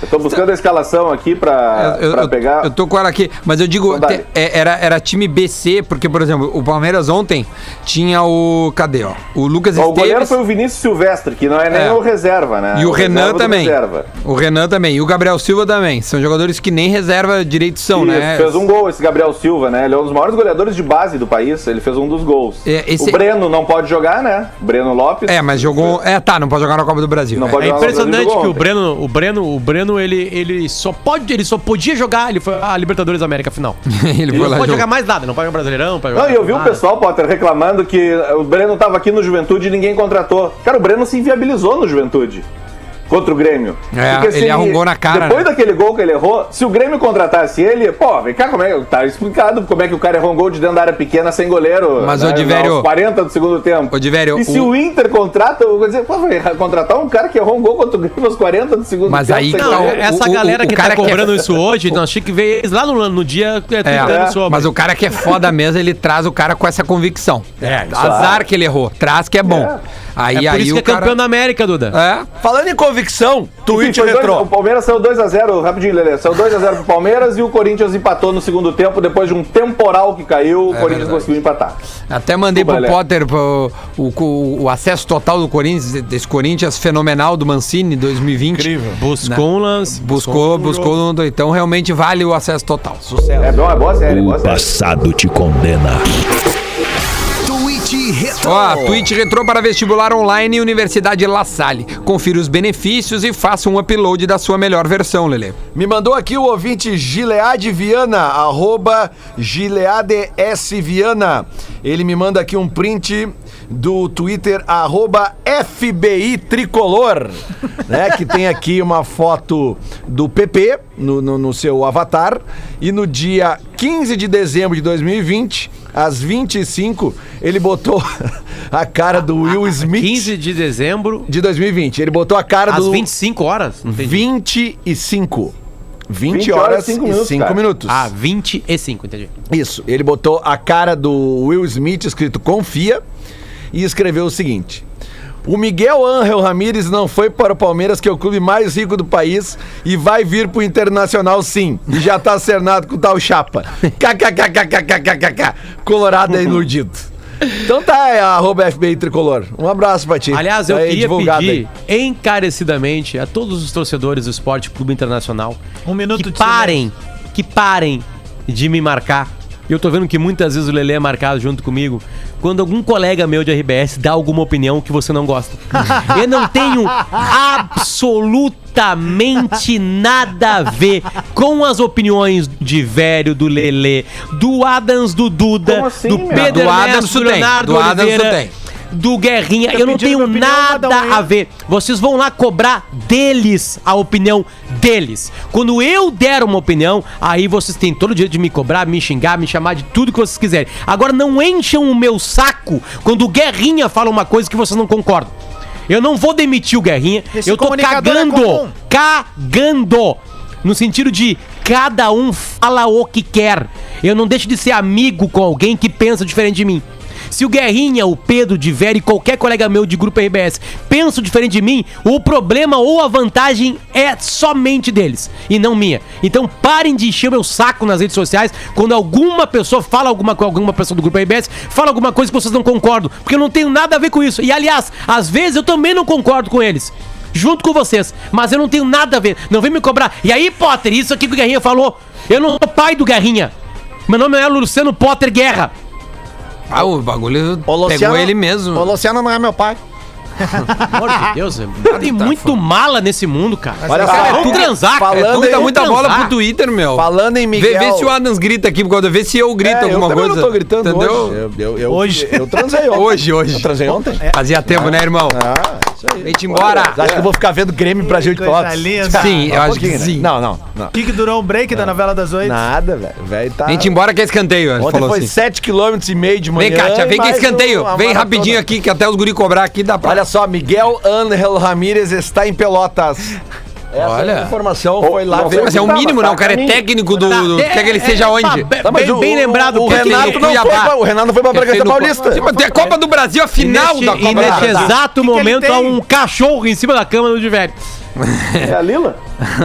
Speaker 3: Eu tô buscando a escalação aqui pra,
Speaker 2: Eu,
Speaker 3: Ah, pra
Speaker 2: eu-
Speaker 3: pegar.
Speaker 2: eu tô com ela aqui, mas eu digo,
Speaker 3: Saudade.
Speaker 2: te- é, era, era time BC, porque, por exemplo, o Palmeiras ontem tinha o. Cadê, ó? O Lucas
Speaker 3: Ó, o goleiro
Speaker 2: Esteves
Speaker 3: foi o Vinícius Silvestre, que não é nem
Speaker 2: É.
Speaker 3: o reserva, né?
Speaker 2: e o
Speaker 3: reserva
Speaker 2: Renan
Speaker 3: do
Speaker 2: também.
Speaker 3: Reserva.
Speaker 2: O Renan também. E o Gabriel Silva também. São jogadores que nem reserva direito são,
Speaker 3: Isso,
Speaker 2: né?
Speaker 3: Fez um gol esse Gabriel Silva, né? Ele é um dos maiores goleadores de base do país, ele fez um dos gols.
Speaker 2: É, esse-
Speaker 3: O Breno não pode jogar, né? Breno Lopes.
Speaker 2: É, mas jogou. É, tá, não pode jogar na Copa do Brasil.
Speaker 3: Não
Speaker 2: É.
Speaker 3: pode
Speaker 4: É
Speaker 3: jogar no Brasil,
Speaker 4: impressionante
Speaker 3: jogou
Speaker 4: que o
Speaker 3: ontem.
Speaker 4: Breno, o Breno, o Breno, ele, ele só pode, ele só podia jogar, ele foi a Libertadores da América final.
Speaker 2: Ele
Speaker 4: ele
Speaker 2: foi
Speaker 4: não
Speaker 2: lá
Speaker 4: pode
Speaker 2: jogar.
Speaker 4: jogar mais nada, não pode jogar Brasileirão, não pode
Speaker 3: Não,
Speaker 4: jogar
Speaker 3: e eu vi o
Speaker 4: nada.
Speaker 3: pessoal, Potter, reclamando que o Breno tava aqui no Juventude e ninguém contratou. Cara, o Breno se inviabilizou no Juventude. Contra o Grêmio.
Speaker 2: É, ele arrumou na cara,
Speaker 3: Depois
Speaker 2: né?
Speaker 3: daquele gol que ele errou, se o Grêmio contratasse ele, pô, vem cá, como é tá explicado como é que o cara errou um gol de dentro da área pequena sem goleiro. né,
Speaker 2: Mas, ô, Diverio-
Speaker 3: aos 40 do segundo tempo.
Speaker 2: Ô, Diverio,
Speaker 3: e se
Speaker 2: o-
Speaker 3: o... Inter contrata, eu vou dizer, pô, vai contratar um cara que errou um gol contra o Grêmio aos 40 do segundo
Speaker 2: Mas
Speaker 3: tempo.
Speaker 2: aí
Speaker 3: sem
Speaker 2: que tá
Speaker 4: Não, é
Speaker 2: o-
Speaker 3: goleiro.
Speaker 4: essa
Speaker 2: o-
Speaker 4: galera
Speaker 2: o
Speaker 4: que
Speaker 2: cara
Speaker 4: tá
Speaker 2: que é-
Speaker 4: cobrando isso hoje, nós tinha que ver eles lá no, no dia é,
Speaker 2: É,
Speaker 4: tentando sobre.
Speaker 2: mas o cara que é foda mesmo, ele traz o cara com essa convicção.
Speaker 4: É, isso
Speaker 2: Azar que ele errou, traz que é bom.
Speaker 3: É.
Speaker 2: Aí,
Speaker 4: é por
Speaker 2: aí
Speaker 4: isso que
Speaker 2: o
Speaker 4: é campeão
Speaker 2: cara...
Speaker 4: da América, Duda.
Speaker 2: É,
Speaker 7: Falando em convicção, tweet
Speaker 3: Foi dois- um.
Speaker 7: retrô.
Speaker 3: o Palmeiras saiu 2x0, rapidinho, Lelê. Saiu 2x0 pro Palmeiras e o Corinthians empatou no segundo tempo. Depois de um temporal que caiu, o Corinthians
Speaker 2: verdade.
Speaker 3: conseguiu empatar.
Speaker 2: Até mandei
Speaker 3: Desculpa,
Speaker 2: pro
Speaker 3: Léo.
Speaker 2: Potter pro- o, o- o acesso total do Corinthians, desse Corinthians fenomenal do Mancini 2020. Incrível.
Speaker 4: Buscou um lance.
Speaker 2: Buscou, buscou no do então realmente vale o acesso total.
Speaker 3: É bom, é boa série, é boa
Speaker 8: O
Speaker 3: série.
Speaker 8: passado te condena. Tweet Retro.
Speaker 2: Ó, tweet retrô para vestibular online Universidade La Salle. Confira os benefícios e faça um upload da sua melhor versão, Lele.
Speaker 9: Me mandou aqui o ouvinte Gilead Viana, arroba Gilead S. Viana. Ele me manda aqui um print do Twitter, arroba FBI Tricolor, né? Que tem aqui uma foto do PP no, no, no seu avatar. E no dia 15 de dezembro de 2020, às 25, ele botou a cara do Will Smith
Speaker 4: 15 de dezembro,
Speaker 9: de 2020. Ele botou a cara
Speaker 4: às
Speaker 9: do...
Speaker 4: 25 horas? Não entendi.
Speaker 9: 25. 20,
Speaker 3: 20 horas
Speaker 9: horas
Speaker 3: e cinco
Speaker 9: e
Speaker 3: minutos,
Speaker 9: 5
Speaker 3: cara.
Speaker 9: minutos.
Speaker 4: Ah, 25, entendi.
Speaker 9: Isso. Ele botou a cara do Will Smith escrito confia e escreveu o seguinte. O Miguel Ángel Ramírez não foi para o Palmeiras, que é o clube mais rico do país, e vai vir pro Internacional sim. E já tá cernado com o tal chapa. KKKKKKKK. Colorado é iludido. Então tá, é arroba FBI Tricolor. Um abraço pra ti.
Speaker 4: Aliás, eu
Speaker 2: é
Speaker 9: Tá aí
Speaker 4: queria
Speaker 9: divulgado aí.
Speaker 4: pedir encarecidamente a todos os torcedores do Esporte Clube Internacional
Speaker 5: Um minuto
Speaker 4: que
Speaker 5: de
Speaker 4: parem, que parem de me marcar. E Eu tô vendo que muitas vezes o Lelê é marcado junto comigo quando algum colega meu de RBS dá alguma opinião que você não gosta. Eu não tenho absolutamente nada a ver com as opiniões de velho, do Lelê, do Adams, do Duda,
Speaker 3: Como assim,
Speaker 4: do
Speaker 3: meu?
Speaker 4: Pedro
Speaker 2: Do Adams
Speaker 4: Ernesto,
Speaker 2: tu
Speaker 4: do
Speaker 2: tem,
Speaker 4: Leonardo
Speaker 2: do Adams tu
Speaker 4: Oliveira,
Speaker 2: tem.
Speaker 4: do Guerrinha. Eu não
Speaker 5: pedindo
Speaker 4: tenho
Speaker 5: minha opinião,
Speaker 4: nada
Speaker 5: cada um
Speaker 4: a ver. Vocês vão lá cobrar deles a opinião deles. Quando eu der uma opinião, aí vocês têm todo o direito de me cobrar, me xingar, me chamar de tudo que vocês quiserem. Agora não encham o meu saco quando o Guerrinha fala uma coisa que vocês não concordam. Eu não vou demitir o Guerrinha.
Speaker 5: Esse
Speaker 4: eu tô
Speaker 5: comunicador é
Speaker 4: cagando.
Speaker 5: comum.
Speaker 4: cagando. No sentido de cada um fala o que quer. Eu não deixo de ser amigo com alguém que pensa diferente de mim. Se o Guerrinha, o Pedro, o Diveri, qualquer colega meu de grupo RBS pensam diferente de mim, o problema ou a vantagem é somente deles e não minha. Então parem de encher o meu saco nas redes sociais quando alguma pessoa fala alguma coisa, alguma pessoa do grupo RBS fala alguma coisa que vocês não concordam, porque eu não tenho nada a ver com isso. E aliás, às vezes eu também não concordo com eles junto com vocês, mas eu não tenho nada a ver. Não vem me cobrar. E aí, Potter, isso aqui que o Guerrinha falou. Eu não sou pai do Guerrinha. Meu nome é Luciano Potter Guerra.
Speaker 2: Ah, o bagulho
Speaker 7: Ô, Luciano-
Speaker 2: pegou ele mesmo.
Speaker 7: Ô, Luciano não é meu pai.
Speaker 4: Amor de
Speaker 2: é
Speaker 4: Deus, tem muito mala nesse mundo, cara.
Speaker 9: Olha
Speaker 4: Cara,
Speaker 9: só.
Speaker 4: é tu transar, cara.
Speaker 2: É,
Speaker 9: falando
Speaker 2: tu
Speaker 9: em-
Speaker 2: dá muita
Speaker 4: transar.
Speaker 2: bola pro Twitter, meu.
Speaker 9: Falando em
Speaker 2: Vê-
Speaker 9: Miguel...
Speaker 2: Vê, se o Adams grita aqui, por causa- vê se eu grito
Speaker 9: É,
Speaker 7: Então,
Speaker 9: eu
Speaker 2: alguma
Speaker 9: também
Speaker 2: coisa.
Speaker 9: não tô gritando
Speaker 2: entendeu?
Speaker 9: hoje.
Speaker 7: Eu, eu, eu,
Speaker 5: Hoje.
Speaker 7: Eu transei ontem.
Speaker 2: Hoje, hoje.
Speaker 7: Eu transei ontem?
Speaker 2: Fazia tempo, né, irmão?
Speaker 7: Ah, isso aí.
Speaker 2: Vem-te embora.
Speaker 7: Vocês acham que eu vou ficar vendo Grêmio e Brasil de
Speaker 5: Coisa
Speaker 7: Pelotas?
Speaker 5: linda.
Speaker 2: Sim, eu
Speaker 7: Um
Speaker 2: acho que
Speaker 7: pouquinho, né?
Speaker 2: sim.
Speaker 7: Não, não, não.
Speaker 5: O que, que durou o break
Speaker 4: É.
Speaker 5: da novela das oito?
Speaker 7: Nada, velho. Velho tá.
Speaker 2: Vem-te embora que é escanteio. ele
Speaker 7: Ontem
Speaker 2: falou
Speaker 7: foi
Speaker 2: assim.
Speaker 7: 7,5 km de manhã.
Speaker 2: Vem, Kátia, vem que é
Speaker 7: mais
Speaker 2: escanteio.
Speaker 7: uma
Speaker 2: Vem
Speaker 7: maratona.
Speaker 2: rapidinho aqui, que até os guri cobrar aqui dá pra.
Speaker 7: Olha só, Miguel Ángel Ramírez está em Pelotas. Essa
Speaker 2: Olha.
Speaker 7: é a informação foi lá
Speaker 3: não,
Speaker 7: ver.
Speaker 2: mas é o
Speaker 3: Tá,
Speaker 2: mínimo,
Speaker 3: tá,
Speaker 2: né? O cara é
Speaker 3: caminho.
Speaker 2: técnico do. do-
Speaker 4: É,
Speaker 2: Quer que ele seja
Speaker 4: é,
Speaker 2: onde?
Speaker 4: tá,
Speaker 7: Tá, mas
Speaker 4: bem,
Speaker 7: o-
Speaker 4: bem lembrado.
Speaker 7: o,
Speaker 4: porque
Speaker 7: Renato
Speaker 2: ele-
Speaker 7: não foi
Speaker 2: Cuiabá.
Speaker 7: pra, o Renato não foi pra Bragança
Speaker 2: Sim,
Speaker 7: Paulista.
Speaker 2: mas tem a Copa do Brasil, a
Speaker 4: E
Speaker 2: final
Speaker 4: neste,
Speaker 2: da Copa
Speaker 4: e
Speaker 2: do
Speaker 4: neste
Speaker 2: Brasil.
Speaker 4: exato
Speaker 5: que ele
Speaker 4: momento
Speaker 5: tem?
Speaker 4: há um cachorro em cima da cama do Diverio.
Speaker 3: É a Lila?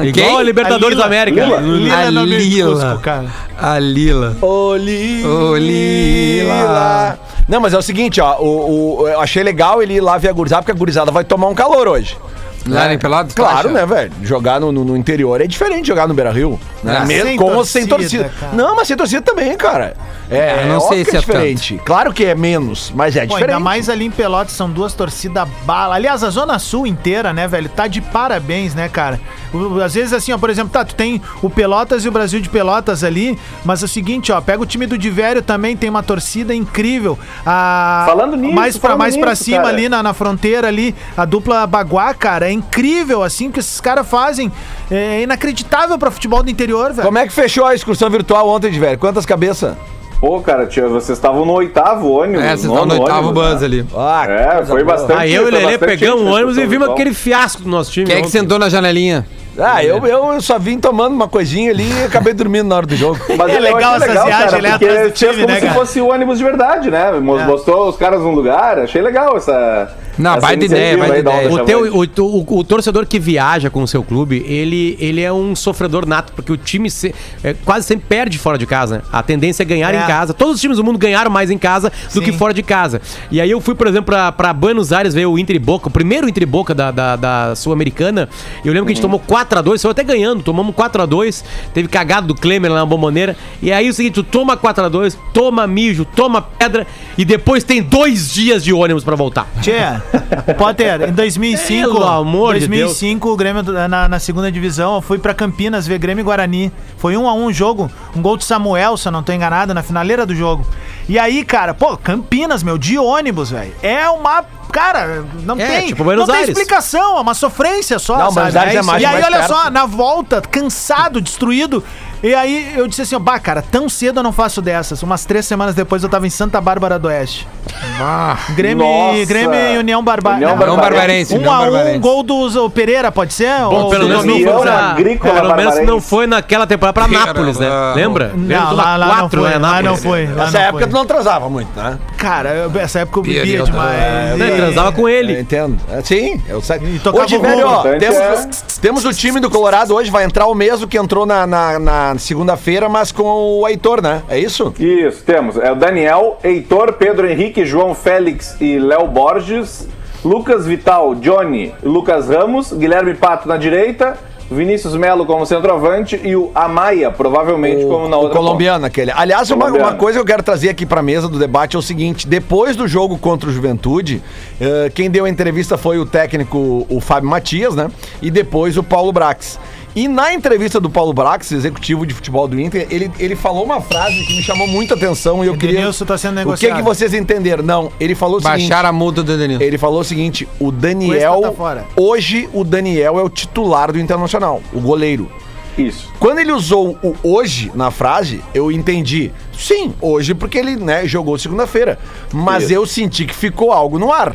Speaker 4: Igual a Libertadores da
Speaker 5: A Lila.
Speaker 4: América.
Speaker 3: Lila.
Speaker 4: Hum,
Speaker 5: Lila
Speaker 2: A
Speaker 5: não me
Speaker 2: Lila.
Speaker 5: busco, cara.
Speaker 2: A Lila.
Speaker 7: Ô, Lila.
Speaker 2: Ô, Lila.
Speaker 7: Não, mas é o seguinte, ó. O, o- eu achei legal ele ir lá ver a gurizada, porque a gurizada vai tomar um calor hoje.
Speaker 2: Lá em Pelotas?
Speaker 7: Claro,
Speaker 2: tu acha?
Speaker 7: né, velho? Jogar no, no- no interior é diferente de jogar no Beira Rio. Né?
Speaker 2: Ah,
Speaker 7: Mesmo
Speaker 5: sem
Speaker 7: com ou sem
Speaker 5: torcida,
Speaker 7: torcida.
Speaker 5: cara.
Speaker 7: Não, mas sem torcida também, cara. É,
Speaker 2: Eu não
Speaker 7: óbvio
Speaker 2: sei
Speaker 7: que
Speaker 2: se é
Speaker 7: diferente. Claro que é menos, mas é
Speaker 5: Pô,
Speaker 7: diferente.
Speaker 5: ainda mais ali em Pelotas, são duas torcidas bala. Aliás, a Zona Sul inteira, né, velho, tá de parabéns, né, cara? O- Às vezes, assim, ó, por exemplo, tá, tu tem o Pelotas e o Brasil de Pelotas ali, mas é o seguinte, ó, pega o time do Divério também, tem uma torcida incrível. A...
Speaker 3: Falando nisso,
Speaker 5: Mais pra,
Speaker 3: falando
Speaker 5: mais pra
Speaker 3: nisso,
Speaker 5: cima
Speaker 3: cara.
Speaker 5: ali, na, na fronteira ali, a dupla Baguá, cara, é incrível, assim, o que esses caras fazem. É inacreditável pra futebol do interior, velho.
Speaker 7: Como é que fechou a excursão virtual ontem, de velho? Quantas cabeças?
Speaker 3: Pô, cara, tio, vocês estavam no oitavo ônibus.
Speaker 2: É, vocês estão no
Speaker 3: nono
Speaker 2: oitavo
Speaker 3: ônibus,
Speaker 2: buzz
Speaker 3: né?
Speaker 2: ali.
Speaker 7: Ah,
Speaker 3: É, foi bastante.
Speaker 4: Aí eu e o
Speaker 3: foi
Speaker 4: Lelê
Speaker 3: bastante
Speaker 4: pegamos o
Speaker 3: gente na tá
Speaker 4: ônibus e
Speaker 3: discussão
Speaker 4: vimos
Speaker 3: virtual.
Speaker 4: aquele fiasco do nosso time.
Speaker 2: Quem é que
Speaker 4: ontem.
Speaker 2: sentou na janelinha?
Speaker 7: Ah, eu, eu só vim tomando uma coisinha ali e acabei dormindo na hora do jogo.
Speaker 3: Mas
Speaker 5: É
Speaker 3: eu
Speaker 5: legal
Speaker 3: achei
Speaker 5: essas viagens,
Speaker 3: cara,
Speaker 5: ele é
Speaker 3: porque
Speaker 5: atrás do
Speaker 3: tinha
Speaker 5: time,
Speaker 3: como
Speaker 5: né,
Speaker 3: se
Speaker 5: cara?
Speaker 3: fosse o ônibus de verdade, né? Mostrou os caras num lugar, achei legal essa,
Speaker 2: Não,
Speaker 3: Essa
Speaker 2: baita ideia,
Speaker 3: iniciativa
Speaker 2: baita
Speaker 3: aí da
Speaker 2: ideia.
Speaker 3: Onda
Speaker 4: É, O,
Speaker 3: Chavante.
Speaker 4: teu, o, tu- o- o torcedor que viaja com o seu clube, ele, ele é um sofredor nato, porque o time se- é, quase sempre perde fora de casa. né? A tendência é ganhar
Speaker 5: É.
Speaker 4: em casa. Todos os times do mundo ganharam mais em casa do que fora de casa. E aí eu fui, por exemplo, pra, pra Buenos Aires ver o Inter e Boca, o primeiro Inter e Boca da, da, da Sul-Americana. Eu lembro que a gente tomou 4x2, saiu até ganhando, tomamos 4x2, teve cagado do Klemer lá na bomboneira. E aí é o seguinte, tu toma 4x2, toma mijo, toma pedra, e depois tem dois dias de ônibus pra voltar.
Speaker 5: Tchê, Potter, em 2005,
Speaker 4: Pelo amor de
Speaker 5: 2005 o Grêmio na, na segunda divisão, eu fui pra Campinas ver Grêmio e Guarani. Foi um a um o jogo, um gol de Samuel, se eu não tô enganado, na finaleira do jogo. E aí, cara, pô, Campinas, meu, de ônibus, velho. É uma cara, não
Speaker 4: É,
Speaker 5: tem,
Speaker 4: tipo Buenos
Speaker 5: não tem
Speaker 4: Aires.
Speaker 5: explicação, é uma sofrência só,
Speaker 7: Não,
Speaker 5: sabe?
Speaker 7: Buenos Aires é mais-
Speaker 5: e aí
Speaker 7: mais
Speaker 5: olha
Speaker 7: perto.
Speaker 5: só, na volta, cansado, destruído. E aí eu disse assim, ó, bah, cara, tão cedo eu não faço dessas. Umas três semanas depois eu tava em Santa Bárbara do Oeste. Grêmio,
Speaker 3: Nossa.
Speaker 5: Grêmio e União Barbarense.
Speaker 3: União
Speaker 5: Não,
Speaker 2: Não
Speaker 3: Barbarense.
Speaker 2: barbarense,
Speaker 5: Um
Speaker 2: não
Speaker 5: a um,
Speaker 2: barbarense.
Speaker 5: gol do Z- o Pereira, pode ser?
Speaker 4: Bom,
Speaker 5: Ou-
Speaker 4: pelo menos não
Speaker 3: União
Speaker 4: foi né? na,
Speaker 3: Agrícola
Speaker 4: pelo menos
Speaker 3: Barbarense.
Speaker 4: não foi naquela temporada pra
Speaker 2: Cara,
Speaker 4: Nápoles, né?
Speaker 2: ah,
Speaker 4: Lembra? Lembra?
Speaker 5: Não, lá, lá não
Speaker 4: Quatro,
Speaker 5: foi,
Speaker 4: né,
Speaker 5: lá
Speaker 4: Nápoles.
Speaker 5: não foi. Lá
Speaker 7: Nessa
Speaker 5: não
Speaker 7: época
Speaker 5: foi.
Speaker 7: tu não transava muito, né?
Speaker 5: Cara, eu- essa época eu bebia
Speaker 2: Piorista.
Speaker 5: demais.
Speaker 4: Né,
Speaker 5: E-
Speaker 4: transava com
Speaker 7: Eu
Speaker 4: ele.
Speaker 7: entendo. É, sim, eu sei.
Speaker 5: tocava
Speaker 7: Hoje,
Speaker 5: o é.
Speaker 7: velho, ó,
Speaker 3: gol.
Speaker 7: temos,
Speaker 3: Importante
Speaker 7: temos o time do Colorado hoje, vai entrar o mesmo que entrou na, na- na segunda-feira, mas com o Heitor, né? É isso?
Speaker 3: Isso, temos. É o Daniel, Heitor, Pedro Henrique, João Félix e Léo Borges, Lucas Vital, Johnny, Lucas Ramos, Guilherme Pato na direita, Vinícius Melo como centroavante e o Amaya, provavelmente como na
Speaker 7: o
Speaker 3: outra.
Speaker 7: colombiano aquele. Aliás, uma,
Speaker 3: Colombiano.
Speaker 7: uma coisa que eu quero trazer aqui pra mesa do debate é o seguinte: depois do jogo contra o Juventude, eh, quem deu a entrevista foi o técnico, o Fábio Matias, né? E depois o Paulo Brax. E na entrevista do Paulo Brax, executivo de futebol do Inter, ele, ele falou uma frase que me chamou muita atenção e eu queria.
Speaker 5: Edenilson tá sendo
Speaker 7: o que,
Speaker 5: negociado.
Speaker 7: que vocês entenderam? Não, ele falou o seguinte.
Speaker 2: Baixaram a multa do Danilo.
Speaker 7: Ele falou o seguinte: o
Speaker 5: O
Speaker 7: Daniel.
Speaker 5: Cuesta tá fora.
Speaker 7: Hoje o Daniel é o titular do Internacional, o goleiro.
Speaker 3: Isso.
Speaker 7: Quando ele usou o hoje na frase, eu entendi. Sim, hoje, porque ele né, jogou segunda-feira. Mas
Speaker 3: Isso.
Speaker 7: eu senti que ficou algo no ar.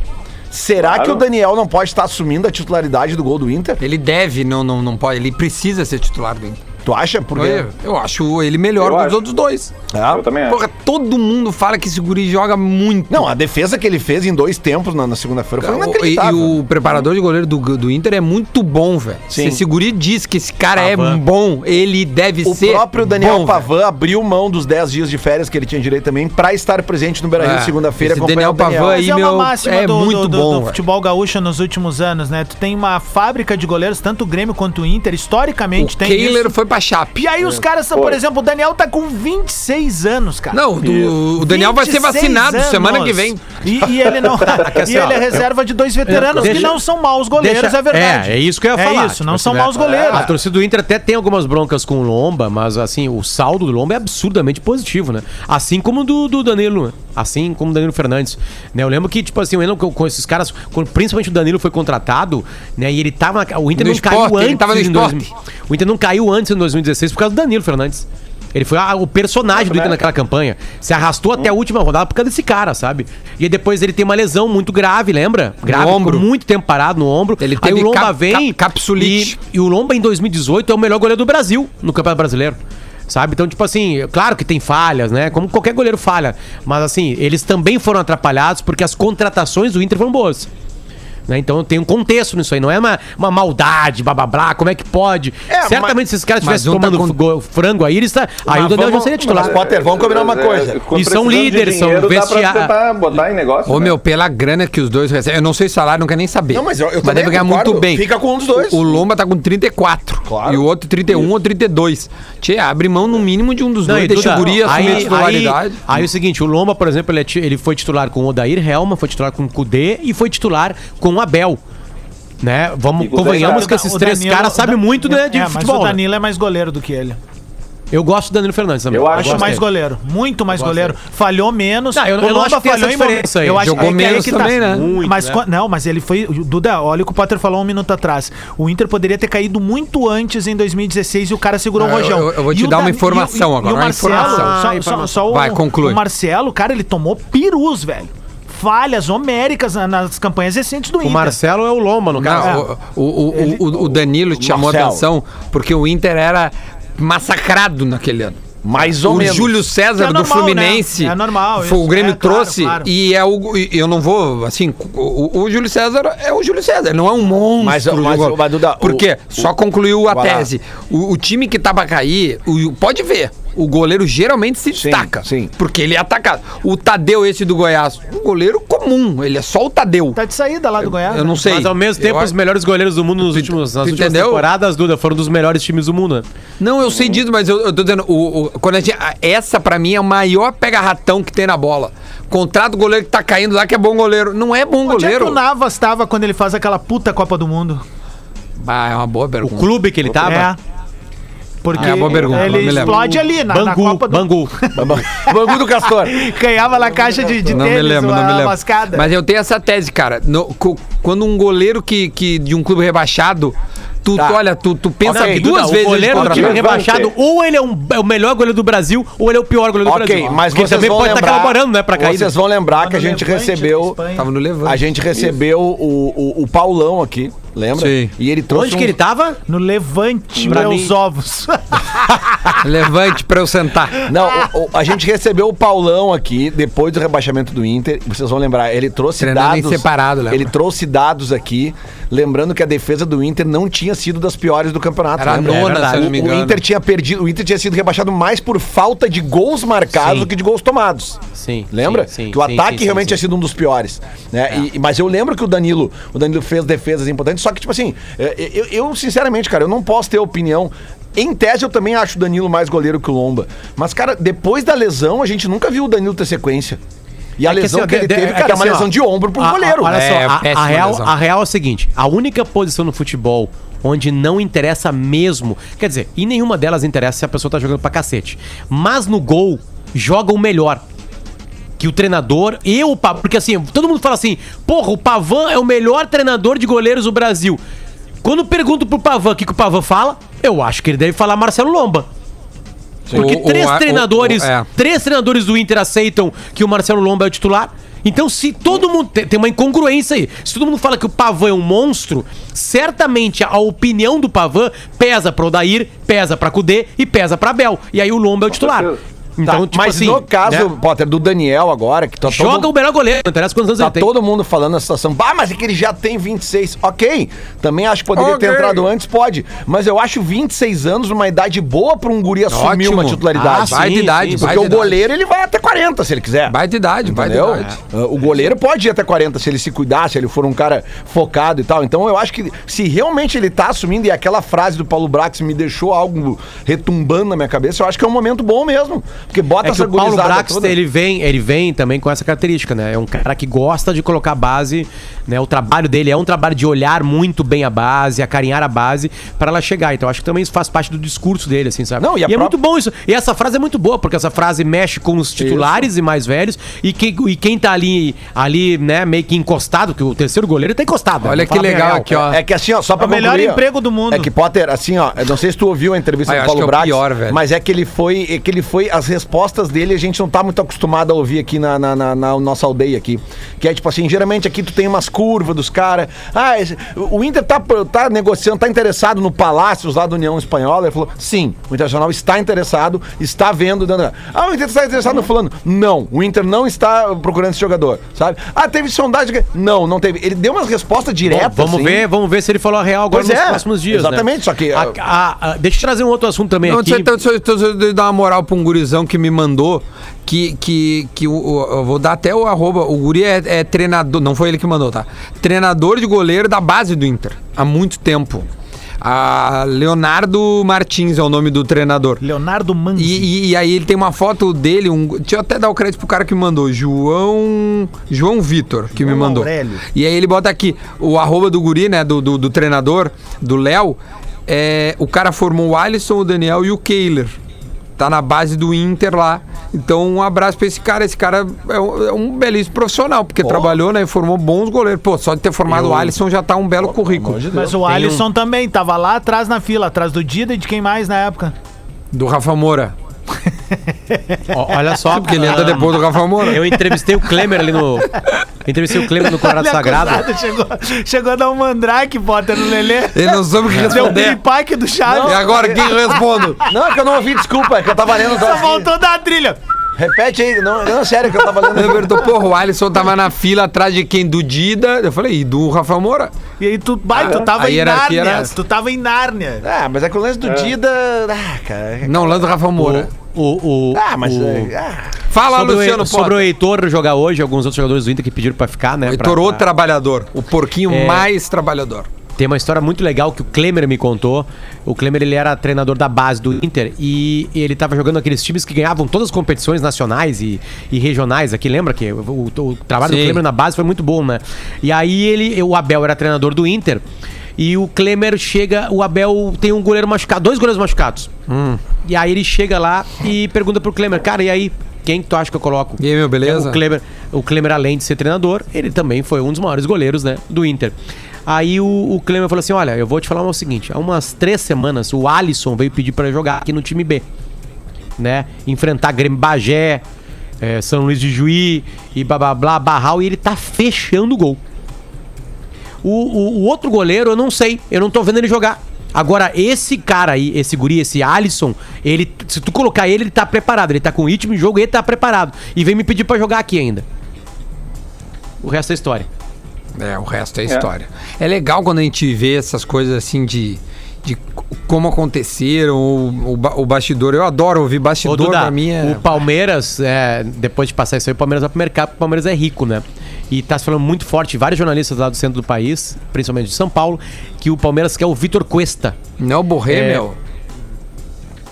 Speaker 7: Será
Speaker 3: Claro.
Speaker 7: que o Daniel não pode estar assumindo a titularidade do gol do Inter?
Speaker 2: Ele deve, não, não, não pode. Ele precisa ser titular do Inter.
Speaker 7: Tu acha? Porque.
Speaker 2: Eu, eu acho ele melhor
Speaker 3: Eu
Speaker 2: que os
Speaker 3: acho.
Speaker 2: outros dois.
Speaker 7: Tá?
Speaker 3: Eu também acho.
Speaker 2: Porra, todo mundo fala que esse guri joga muito.
Speaker 7: Não, a defesa que ele fez em dois tempos na, na segunda-feira foi
Speaker 2: O- E,
Speaker 7: inacreditável.
Speaker 2: e o preparador de goleiro do, do Inter é muito bom, velho. Se esse guri diz que esse cara é
Speaker 4: Pavan.
Speaker 2: bom, ele deve
Speaker 7: O
Speaker 2: ser.
Speaker 7: próprio Daniel
Speaker 2: bom, velho.
Speaker 7: Pavan abriu mão dos 10 dias de férias que ele tinha direito também pra estar presente no Beira-Rio
Speaker 2: É,
Speaker 7: segunda-feira
Speaker 2: esse Daniel
Speaker 7: acompanhar o
Speaker 2: Pavan aí-
Speaker 5: Mas é uma
Speaker 2: meu,
Speaker 5: máxima
Speaker 2: é
Speaker 5: do, do-
Speaker 2: muito
Speaker 5: do-
Speaker 2: bom,
Speaker 5: do
Speaker 2: velho.
Speaker 5: futebol gaúcho nos últimos anos, né? Tu tem uma fábrica de goleiros, tanto o Grêmio quanto o Inter, historicamente
Speaker 2: O
Speaker 5: tem
Speaker 2: Kehler
Speaker 5: isso.
Speaker 2: foi pra Chape.
Speaker 5: E aí os caras são,
Speaker 3: Foi.
Speaker 5: por exemplo, o Daniel tá com 26 anos, cara.
Speaker 2: Não, do- o Daniel vai ser
Speaker 5: 26
Speaker 2: vacinado
Speaker 5: anos.
Speaker 2: semana que vem.
Speaker 5: E, e ele não. e ele é reserva de dois veteranos que
Speaker 4: Deixa-
Speaker 5: não são maus goleiros,
Speaker 4: Deixa-
Speaker 5: é verdade.
Speaker 4: É, é isso que eu ia
Speaker 5: É
Speaker 4: falar.
Speaker 5: isso, não são
Speaker 4: assim,
Speaker 5: maus
Speaker 4: é-
Speaker 5: goleiros.
Speaker 4: A torcida do Inter até tem algumas broncas com o Lomba, mas assim, o saldo do Lomba é absurdamente positivo, né? Assim como do, do Danilo, né? assim como o Danilo Fernandes. Né? Eu lembro que, tipo assim, eu lembro que com esses caras, quando principalmente o Danilo foi contratado, né? E ele tava. na- O Inter
Speaker 2: No
Speaker 4: não caiu
Speaker 2: esporte, ele
Speaker 4: antes.
Speaker 2: tava no
Speaker 4: em
Speaker 2: esporte.
Speaker 4: 2000 o Inter não caiu antes em 2016 por causa do Danilo Fernandes. Ele foi ah, o personagem do
Speaker 2: né?
Speaker 4: Inter naquela campanha. Se arrastou
Speaker 2: Hum.
Speaker 4: até a última rodada por causa desse cara, sabe? E aí depois ele tem uma lesão muito grave, lembra? Grave, ficou
Speaker 2: ombro.
Speaker 4: muito tempo parado no ombro.
Speaker 2: Ele
Speaker 4: aí
Speaker 2: teve
Speaker 4: o Lomba
Speaker 2: cap-
Speaker 4: vem
Speaker 2: cap- capsulite.
Speaker 4: E, e o Lomba em 2018 é o melhor goleiro do Brasil no Campeonato Brasileiro. Sabe? Então, tipo assim, claro que tem falhas, né? Como qualquer goleiro falha. Mas assim, eles também foram atrapalhados porque as contratações do Inter foram boas. Né? Então tem um contexto nisso aí, não é uma, uma maldade, blá blá blá, como é que pode? Certamente se esses caras
Speaker 2: mas
Speaker 4: estivessem
Speaker 2: um tá
Speaker 4: tomando
Speaker 2: com-
Speaker 4: go- frango aí, eles tá... aí o Daniel já seria titular.
Speaker 7: Mas, Potter, vamos combinar uma coisa.
Speaker 3: É, quando
Speaker 4: E são
Speaker 3: precisando de
Speaker 4: líderes, são
Speaker 3: dinheiro, dá pra
Speaker 4: vestiário-
Speaker 3: tentar botar em negócio.
Speaker 2: Ô,
Speaker 3: né?
Speaker 2: meu, pela grana que os dois recebem. Eu não sei o salário, não quero nem saber.
Speaker 7: Não, mas eu- eu
Speaker 2: mas
Speaker 7: também
Speaker 2: deve ganhar
Speaker 7: concordo.
Speaker 2: muito bem.
Speaker 7: Fica com um dos dois.
Speaker 2: O, o Lomba tá com 34.
Speaker 7: Claro.
Speaker 2: E o outro 31 ou 32. Tchê, abre mão no mínimo de um dos
Speaker 4: Não,
Speaker 2: dois.
Speaker 4: e
Speaker 2: Deixa
Speaker 4: Duda,
Speaker 2: o guri assumir a
Speaker 4: aí, aí,
Speaker 2: titularidade.
Speaker 4: aí é o seguinte, o Lomba, por exemplo, ele, é ti- ele foi titular com o Odair Helma, foi titular com o Kudê e foi titular com o Abel. Né? Vamos,
Speaker 3: E com o Danilo.
Speaker 4: convenhamos que esses
Speaker 5: O
Speaker 4: três
Speaker 5: Danilo-
Speaker 4: caras sabem muito né, de
Speaker 5: é,
Speaker 4: futebol.
Speaker 5: Mas o
Speaker 4: né?
Speaker 5: Danilo é mais goleiro do que ele.
Speaker 4: Eu gosto do Danilo Fernandes também.
Speaker 3: Eu acho
Speaker 5: Acho
Speaker 3: Gosto
Speaker 5: mais
Speaker 4: dele.
Speaker 5: goleiro. Muito mais goleiro. Falhou menos.
Speaker 4: Não, eu- eu não
Speaker 5: Lomba
Speaker 4: acho que tem essa
Speaker 5: falhou em momento-
Speaker 4: diferença aí.
Speaker 5: Eu acho
Speaker 2: Jogou
Speaker 5: é que aí
Speaker 2: menos
Speaker 5: que tá.
Speaker 2: também, né?
Speaker 4: Muito,
Speaker 5: mas,
Speaker 4: né?
Speaker 5: quan- Não, mas ele foi. o Duda, olha o que o Potter falou um minuto atrás. O Inter poderia ter caído muito antes em 2016 e o cara segurou
Speaker 2: Ah,
Speaker 5: o
Speaker 2: eu-
Speaker 5: Rojão.
Speaker 2: eu- eu vou te
Speaker 5: E o
Speaker 2: dar uma
Speaker 5: Dan-
Speaker 2: informação
Speaker 5: e o-
Speaker 2: agora,
Speaker 5: e o
Speaker 2: uma
Speaker 5: Marcelo,
Speaker 2: informação.
Speaker 5: só-
Speaker 4: Ah,
Speaker 5: só-
Speaker 4: informação.
Speaker 5: só o-
Speaker 2: Vai, conclui.
Speaker 5: O Marcelo, cara, ele tomou perus, velho. Falhas homéricas na- nas campanhas recentes do
Speaker 4: O
Speaker 5: Inter.
Speaker 4: Marcelo é o Lomba, no caso.
Speaker 2: Não, o, o- o- o- o Danilo te chamou
Speaker 7: Marcelo.
Speaker 2: atenção porque o Inter era massacrado naquele ano.
Speaker 7: Mais ou
Speaker 2: O
Speaker 7: menos.
Speaker 2: Júlio César
Speaker 5: É
Speaker 2: do
Speaker 5: normal,
Speaker 2: Fluminense.
Speaker 5: né? É normal
Speaker 2: Foi, o
Speaker 5: isso,
Speaker 2: Grêmio
Speaker 5: é, claro,
Speaker 2: trouxe
Speaker 5: claro.
Speaker 2: e é o. e Eu não vou. Assim, o, o Júlio César é o Júlio César, ele não é um monstro.
Speaker 7: Mas, mas,
Speaker 2: jogador.
Speaker 7: mas, Duda,
Speaker 2: Por
Speaker 7: o-
Speaker 2: quê? Só concluiu a
Speaker 7: Vai lá.
Speaker 2: tese. O, o time que tá pra cair, o- pode ver. O goleiro geralmente se destaca.
Speaker 7: sim.
Speaker 2: Porque ele é atacado. O Tadeu, esse do Goiás, um goleiro comum. Ele é só o Tadeu.
Speaker 5: Tá de saída lá do Goiás.
Speaker 2: Eu não sei.
Speaker 4: Mas ao mesmo tempo,
Speaker 2: Eu-
Speaker 4: os melhores goleiros do mundo nos últimos, nas
Speaker 2: tu
Speaker 4: últimas
Speaker 2: entendeu?
Speaker 4: temporadas, Duda, foram dos melhores times do mundo. né?
Speaker 2: Não, eu sei disso, mas eu, eu tô dizendo, o, o- quando a gente, a- essa pra mim é o maior pega-ratão que tem na bola. Contrata o goleiro que tá caindo lá, que é bom goleiro. Não é bom
Speaker 5: Onde é que o
Speaker 2: goleiro.
Speaker 5: Navas tava quando ele faz aquela puta Copa do Mundo?
Speaker 2: Ah, é uma boa pergunta.
Speaker 4: O clube que ele tava.
Speaker 5: É. Porque
Speaker 2: Ah, é uma boa pergunta, não
Speaker 5: ele
Speaker 2: me lembro.
Speaker 5: explode ali né, na, na
Speaker 4: Bangu,
Speaker 5: Copa do
Speaker 4: Bangu.
Speaker 7: Bangu do Castor.
Speaker 5: Ganhava na caixa de, de
Speaker 2: não
Speaker 5: tênis,
Speaker 2: me lembro, não
Speaker 5: uma
Speaker 2: me lembro.
Speaker 5: mascada.
Speaker 2: Mas eu tenho essa tese, cara. No- co- quando um goleiro que, que de um clube rebaixado, tu, tu olha, tu, tu pensa
Speaker 7: Ok,
Speaker 2: duas
Speaker 4: Duda,
Speaker 2: vezes
Speaker 4: o goleiro do
Speaker 2: antes de
Speaker 4: time
Speaker 2: contratar.
Speaker 4: é rebaixado, ou ele é, um- é o melhor goleiro do Brasil, ou ele é o pior goleiro do
Speaker 7: ok,
Speaker 4: Brasil.
Speaker 7: mas
Speaker 4: Porque
Speaker 7: vocês
Speaker 4: também
Speaker 7: vão
Speaker 2: tá
Speaker 4: pode estar
Speaker 7: lembrar,
Speaker 4: colaborando, né, pra cair.
Speaker 7: Vocês vão lembrar que a
Speaker 5: No
Speaker 7: gente
Speaker 5: Levante, da
Speaker 7: recebeu...
Speaker 5: Espanha. né?
Speaker 2: Tava no Levante.
Speaker 7: A gente recebeu o, o, o Paulão aqui, lembra?
Speaker 2: Sim.
Speaker 7: E ele trouxe
Speaker 4: Onde que
Speaker 7: um-
Speaker 4: ele
Speaker 2: tá?
Speaker 4: tava?
Speaker 5: No Levante,
Speaker 4: Pra
Speaker 5: meus
Speaker 4: mim-
Speaker 5: ovos.
Speaker 2: Levante pra eu sentar.
Speaker 7: Não, o- o- a gente recebeu o Paulão aqui depois do rebaixamento do Inter. Vocês vão lembrar, ele trouxe
Speaker 2: Treinando em
Speaker 7: dados.
Speaker 2: separado, lembra?
Speaker 7: ele trouxe dados aqui, lembrando que a defesa do Inter não tinha sido das piores do campeonato.
Speaker 2: Era a
Speaker 7: lembra?
Speaker 2: nona,
Speaker 7: É verdade.
Speaker 2: se eu não me
Speaker 7: O-
Speaker 2: engano.
Speaker 7: O Inter tinha perdido, o Inter tinha sido rebaixado mais por falta de gols marcados
Speaker 4: Sim.
Speaker 7: do que de gols tomados.
Speaker 4: Sim,
Speaker 7: Lembra?
Speaker 4: sim, sim,
Speaker 7: que o
Speaker 4: sim,
Speaker 7: ataque
Speaker 4: sim, sim,
Speaker 7: realmente
Speaker 4: sim. É.
Speaker 7: tinha sido um dos piores. Né? E- e- mas eu lembro que o Danilo, o Danilo fez defesas importantes, só que, tipo assim, é, eu, eu, sinceramente, cara, eu não posso ter opinião. Em tese, eu também acho o Danilo mais goleiro que o Lomba. Mas, cara, depois da lesão, a gente nunca viu o Danilo ter sequência. E a
Speaker 4: É que
Speaker 7: lesão
Speaker 4: assim, ó,
Speaker 7: que, ele
Speaker 4: de- de-
Speaker 7: teve,
Speaker 4: é
Speaker 7: cara,
Speaker 4: que
Speaker 7: é uma
Speaker 4: assim, ó,
Speaker 7: lesão de ombro pro
Speaker 4: a- a-
Speaker 7: goleiro. né?
Speaker 4: Olha
Speaker 2: É,
Speaker 4: só, a- a,
Speaker 2: péssima
Speaker 4: real,
Speaker 2: lesão.
Speaker 4: a real é o seguinte: a única posição no futebol onde não interessa mesmo, quer dizer, e nenhuma delas interessa se a pessoa tá jogando pra cacete. Mas no gol, joga o melhor. Que o treinador e o Pavão. Porque assim, todo mundo fala assim: porra, o Pavan é o melhor treinador de goleiros do Brasil. Quando pergunto pro Pavan o que, que o Pavan fala, eu acho que ele deve falar Marcelo Lomba. Porque
Speaker 2: O- o-
Speaker 4: três
Speaker 2: a- o-
Speaker 4: treinadores,
Speaker 2: o- é.
Speaker 4: três treinadores do Inter aceitam que o Marcelo Lomba é o titular. Então, se todo mundo. Tem, tem uma incongruência aí. Se todo mundo fala que o Pavan é um monstro, certamente a opinião do Pavan pesa pra Odair, pesa pra Cudê e pesa pra Abel. E aí o Lomba é o titular.
Speaker 7: Tá,
Speaker 4: Então, tipo
Speaker 7: mas
Speaker 4: assim.
Speaker 7: no caso,
Speaker 4: né,
Speaker 7: Potter, do Daniel agora, que tá
Speaker 4: joga o melhor goleiro. Não interessa quantos anos
Speaker 7: Tá
Speaker 4: ele tem.
Speaker 7: todo mundo falando a situação. Ah, mas é que ele já tem 26. Ok. Também acho que poderia ter
Speaker 2: Ok.
Speaker 7: entrado antes, pode. Mas eu acho 26 anos uma idade boa pra um guri assumir
Speaker 2: Ótimo.
Speaker 7: uma titularidade.
Speaker 4: Ah,
Speaker 2: Vai de
Speaker 4: sim,
Speaker 2: idade,
Speaker 4: sim,
Speaker 2: vai
Speaker 7: Porque
Speaker 2: de
Speaker 7: o
Speaker 2: idade.
Speaker 7: goleiro ele vai até 40 se ele quiser.
Speaker 2: Vai de idade, vai de
Speaker 7: Entendeu?
Speaker 2: idade.
Speaker 7: É. O goleiro pode ir até 40 se ele se cuidar, se ele for um cara focado e tal. Então eu acho que se realmente ele tá assumindo, e aquela frase do Paulo Brax me deixou algo retumbando na minha cabeça, eu acho que é um momento bom mesmo. Porque bota
Speaker 4: É que
Speaker 7: essa
Speaker 4: o Paulo
Speaker 7: gurizada
Speaker 4: Brax,
Speaker 7: toda.
Speaker 4: ele vem, ele vem também com essa característica, né? É um cara que gosta de colocar a base, né? O trabalho dele é um trabalho de olhar muito bem a base, acarinhar a base pra ela chegar. Então acho que também isso faz parte do discurso dele, assim, sabe?
Speaker 7: Não, e a
Speaker 4: é
Speaker 7: pró-
Speaker 4: muito bom isso. E essa frase é muito boa, porque essa frase mexe com os titulares e mais velhos e quem, e quem tá ali, ali, né, meio que encostado, que o terceiro goleiro tá encostado. né?
Speaker 2: Olha
Speaker 4: Vamos
Speaker 2: que
Speaker 4: falar bem a
Speaker 2: legal
Speaker 4: real.
Speaker 2: aqui, ó.
Speaker 7: É que assim, ó, só pra
Speaker 5: o melhor
Speaker 7: concluir, ó,
Speaker 5: emprego do mundo.
Speaker 7: É que Potter, assim, ó, eu não sei se tu ouviu a entrevista
Speaker 2: Ah, eu
Speaker 7: do
Speaker 2: acho
Speaker 7: Paulo
Speaker 2: que é o
Speaker 7: Brax,
Speaker 2: pior, velho.
Speaker 7: mas é que ele foi, é que ele foi as respostas dele a gente não tá muito acostumado a ouvir aqui na, na, na- na nossa aldeia aqui, que é tipo assim, geralmente aqui tu tem umas curvas dos caras. Ah, esse- o Inter tá pro- tá negociando, tá interessado no Palácios lá da União Espanhola, ele falou: "Sim, o Internacional está interessado, está vendo". dando- Ah, o Inter está interessado no fulano. Não, o Inter não está procurando esse jogador, sabe? Ah, teve sondagem, que- não, não teve. Ele deu umas respostas
Speaker 4: Bom,
Speaker 7: diretas
Speaker 4: vamos
Speaker 7: assim.
Speaker 4: ver, vamos ver se ele falou a real agora
Speaker 7: Pois
Speaker 4: nos
Speaker 7: é,
Speaker 4: próximos dias. né?
Speaker 7: exatamente, só que,
Speaker 4: A-
Speaker 7: ah,
Speaker 4: a- a- deixa eu trazer um outro assunto também
Speaker 2: Não, tá
Speaker 4: aqui.
Speaker 2: deixa, eu- então, deixa, eu- deixa eu deixa eu dar uma moral pra um gurizão que me mandou. Que, que, que o- o- eu vou dar até o arroba. O guri é, é treinador, não foi ele que mandou, tá? Treinador de goleiro da base do Inter, há muito tempo. A Leonardo Martins é o nome do treinador.
Speaker 5: Leonardo Manzi.
Speaker 2: E, e- e aí ele tem uma foto dele, um, deixa eu até dar o crédito pro cara que mandou, João João Vitor, que me mandou.
Speaker 5: Aurélio.
Speaker 2: E aí ele bota aqui, o arroba do guri, né, do, do, do treinador, do Léo, é, o cara formou o Alisson, o Daniel e o Kehler. Tá na base do Inter lá. Então, um abraço pra esse cara. Esse cara é um, é um belíssimo profissional, porque trabalhou, né? E formou bons goleiros. Pô, só de ter formado o Alisson já tá um belo currículo.
Speaker 5: Mas o Alisson
Speaker 2: um-
Speaker 5: também tava lá atrás na fila, atrás do Dida e de quem mais na época?
Speaker 2: Tá Do Rafa Moura.
Speaker 4: Ó, Olha só.
Speaker 2: Porque ele entra
Speaker 4: ah,
Speaker 2: depois do Rafa Moura. é
Speaker 4: Eu entrevistei o Klemer ali no. Entrevistei o Cleber no Colorado
Speaker 5: Olha a
Speaker 4: Sagrado.
Speaker 5: acusada, é Chegou, chegou a dar um mandrake, Potter, no Lelê.
Speaker 2: Ele não soube o que
Speaker 5: Deu um
Speaker 2: responder.
Speaker 5: piripaque do Chaves.
Speaker 2: E agora quem respondo?
Speaker 7: Não, é que eu não ouvi, desculpa, é que eu tava lendo.
Speaker 5: Só
Speaker 7: Só
Speaker 5: voltou da trilha.
Speaker 7: Repete aí, não, não, sério, é que eu tava lendo.
Speaker 2: Ele perguntou, porra, o Alisson tava na fila atrás de quem? Do Dida. Eu falei, e do Rafael Moura?
Speaker 5: E aí tu, vai, tu
Speaker 2: Ah, A
Speaker 5: tava em
Speaker 2: hierarquia
Speaker 5: Nárnia.
Speaker 2: era essa.
Speaker 5: Tu tava em Nárnia.
Speaker 7: Ah, mas é que o lance do Dida. Ah, cara.
Speaker 2: Não, lá do Rafael Moura.
Speaker 4: O, o,
Speaker 7: Ah, mas.
Speaker 4: o-
Speaker 7: é, ah.
Speaker 2: Fala,
Speaker 4: sobre,
Speaker 2: Luciano
Speaker 4: o, sobre o
Speaker 2: Potter.
Speaker 4: Heitor jogar hoje, alguns outros jogadores do Inter que pediram pra ficar, né? pra-
Speaker 2: Heitor, o
Speaker 4: pra-
Speaker 2: trabalhador. O porquinho
Speaker 4: É.
Speaker 2: mais trabalhador.
Speaker 4: Tem uma história muito legal que o Klemer me contou. O Klemer ele era treinador da base do Inter e ele estava jogando aqueles times que ganhavam todas as competições nacionais e, e regionais aqui. Lembra que o, o- o trabalho
Speaker 2: Sim.
Speaker 4: do Klemer na base foi muito bom, né? E aí ele, o Abel era treinador do Inter e o Klemer chega, o Abel tem um goleiro machucado, dois goleiros machucados. E aí ele chega lá e pergunta pro Klemer, cara, e aí? Quem que tu acha que eu coloco?
Speaker 2: E aí, meu, beleza?
Speaker 4: O Klemer, o Klemer, além de ser treinador, ele também foi um dos maiores goleiros né, do Inter. Aí o, o Klemer falou assim: olha, eu vou te falar o seguinte: há umas três semanas o Alisson veio pedir pra jogar aqui no time B. Né? Enfrentar Grêmio Bagé, eh, São Luís de Juí e blá blá blá, Barral, e ele tá fechando o gol. O, o- o outro goleiro, eu não sei. Eu não tô vendo ele jogar. Agora, esse cara aí, esse guri, esse Alisson, ele, se tu colocar ele, ele tá preparado. Ele tá com ritmo de jogo, ele tá preparado. E vem me pedir pra jogar aqui ainda. O resto é história.
Speaker 2: É, o resto é história. É, legal quando a gente vê essas coisas assim de, de c- como aconteceram, o, o, ba- o bastidor. Eu adoro ouvir
Speaker 4: Ô,
Speaker 2: bastidor
Speaker 4: Duda,
Speaker 2: pra mim. É...
Speaker 4: o Palmeiras, é, depois de passar isso aí, o Palmeiras vai pro mercado, porque o Palmeiras é rico, né? E tá se falando muito forte, vários jornalistas lá do centro do país, principalmente de São Paulo, que o Palmeiras quer o Vitor Cuesta.
Speaker 2: Não é o Borré,
Speaker 4: É.
Speaker 2: meu.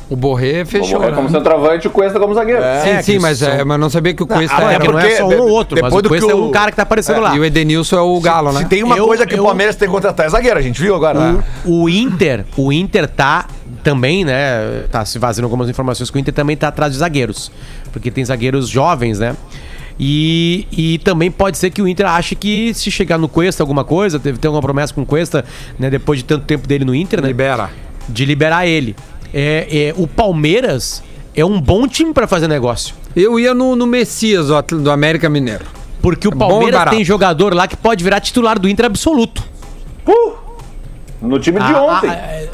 Speaker 2: O Borré fechou.
Speaker 3: Borré é
Speaker 2: né?
Speaker 3: como centroavante e o Cuesta como zagueiro.
Speaker 2: Sim,
Speaker 4: É,
Speaker 2: sim,
Speaker 4: que
Speaker 2: mas, é, mas eu não sabia que o Cuesta
Speaker 4: Ah,
Speaker 2: era. né?
Speaker 4: é que não é
Speaker 7: porque
Speaker 4: só um
Speaker 7: de-
Speaker 4: ou outro, mas
Speaker 7: depois do
Speaker 4: o
Speaker 7: que
Speaker 4: Cuesta é
Speaker 7: o-
Speaker 4: um cara que tá aparecendo lá.
Speaker 2: E o Edenilson é o Galo, né?
Speaker 7: Se tem uma
Speaker 4: Eu-
Speaker 7: coisa que
Speaker 4: eu-
Speaker 7: o Palmeiras tem que contratar, é zagueiro, a gente viu agora. né?
Speaker 4: O, o Inter, o Inter tá também, né? Tá se vazando algumas informações que o Inter também tá atrás de zagueiros. Porque tem zagueiros jovens, né? E, e também pode ser que o Inter ache que se chegar no Cuesta alguma coisa, teve ter alguma promessa com o Cuesta, né? Depois de tanto tempo dele no Inter, né?
Speaker 2: Libera.
Speaker 4: De liberar ele. É, é, o Palmeiras é um bom time pra fazer negócio.
Speaker 2: Eu ia no, no Messias do, Atl- do América Mineiro.
Speaker 4: Porque o
Speaker 2: É bom e
Speaker 4: Palmeiras
Speaker 2: barato.
Speaker 4: tem jogador lá que pode virar titular do Inter absoluto.
Speaker 3: No time de
Speaker 4: Ah,
Speaker 3: ontem.
Speaker 4: ah, é,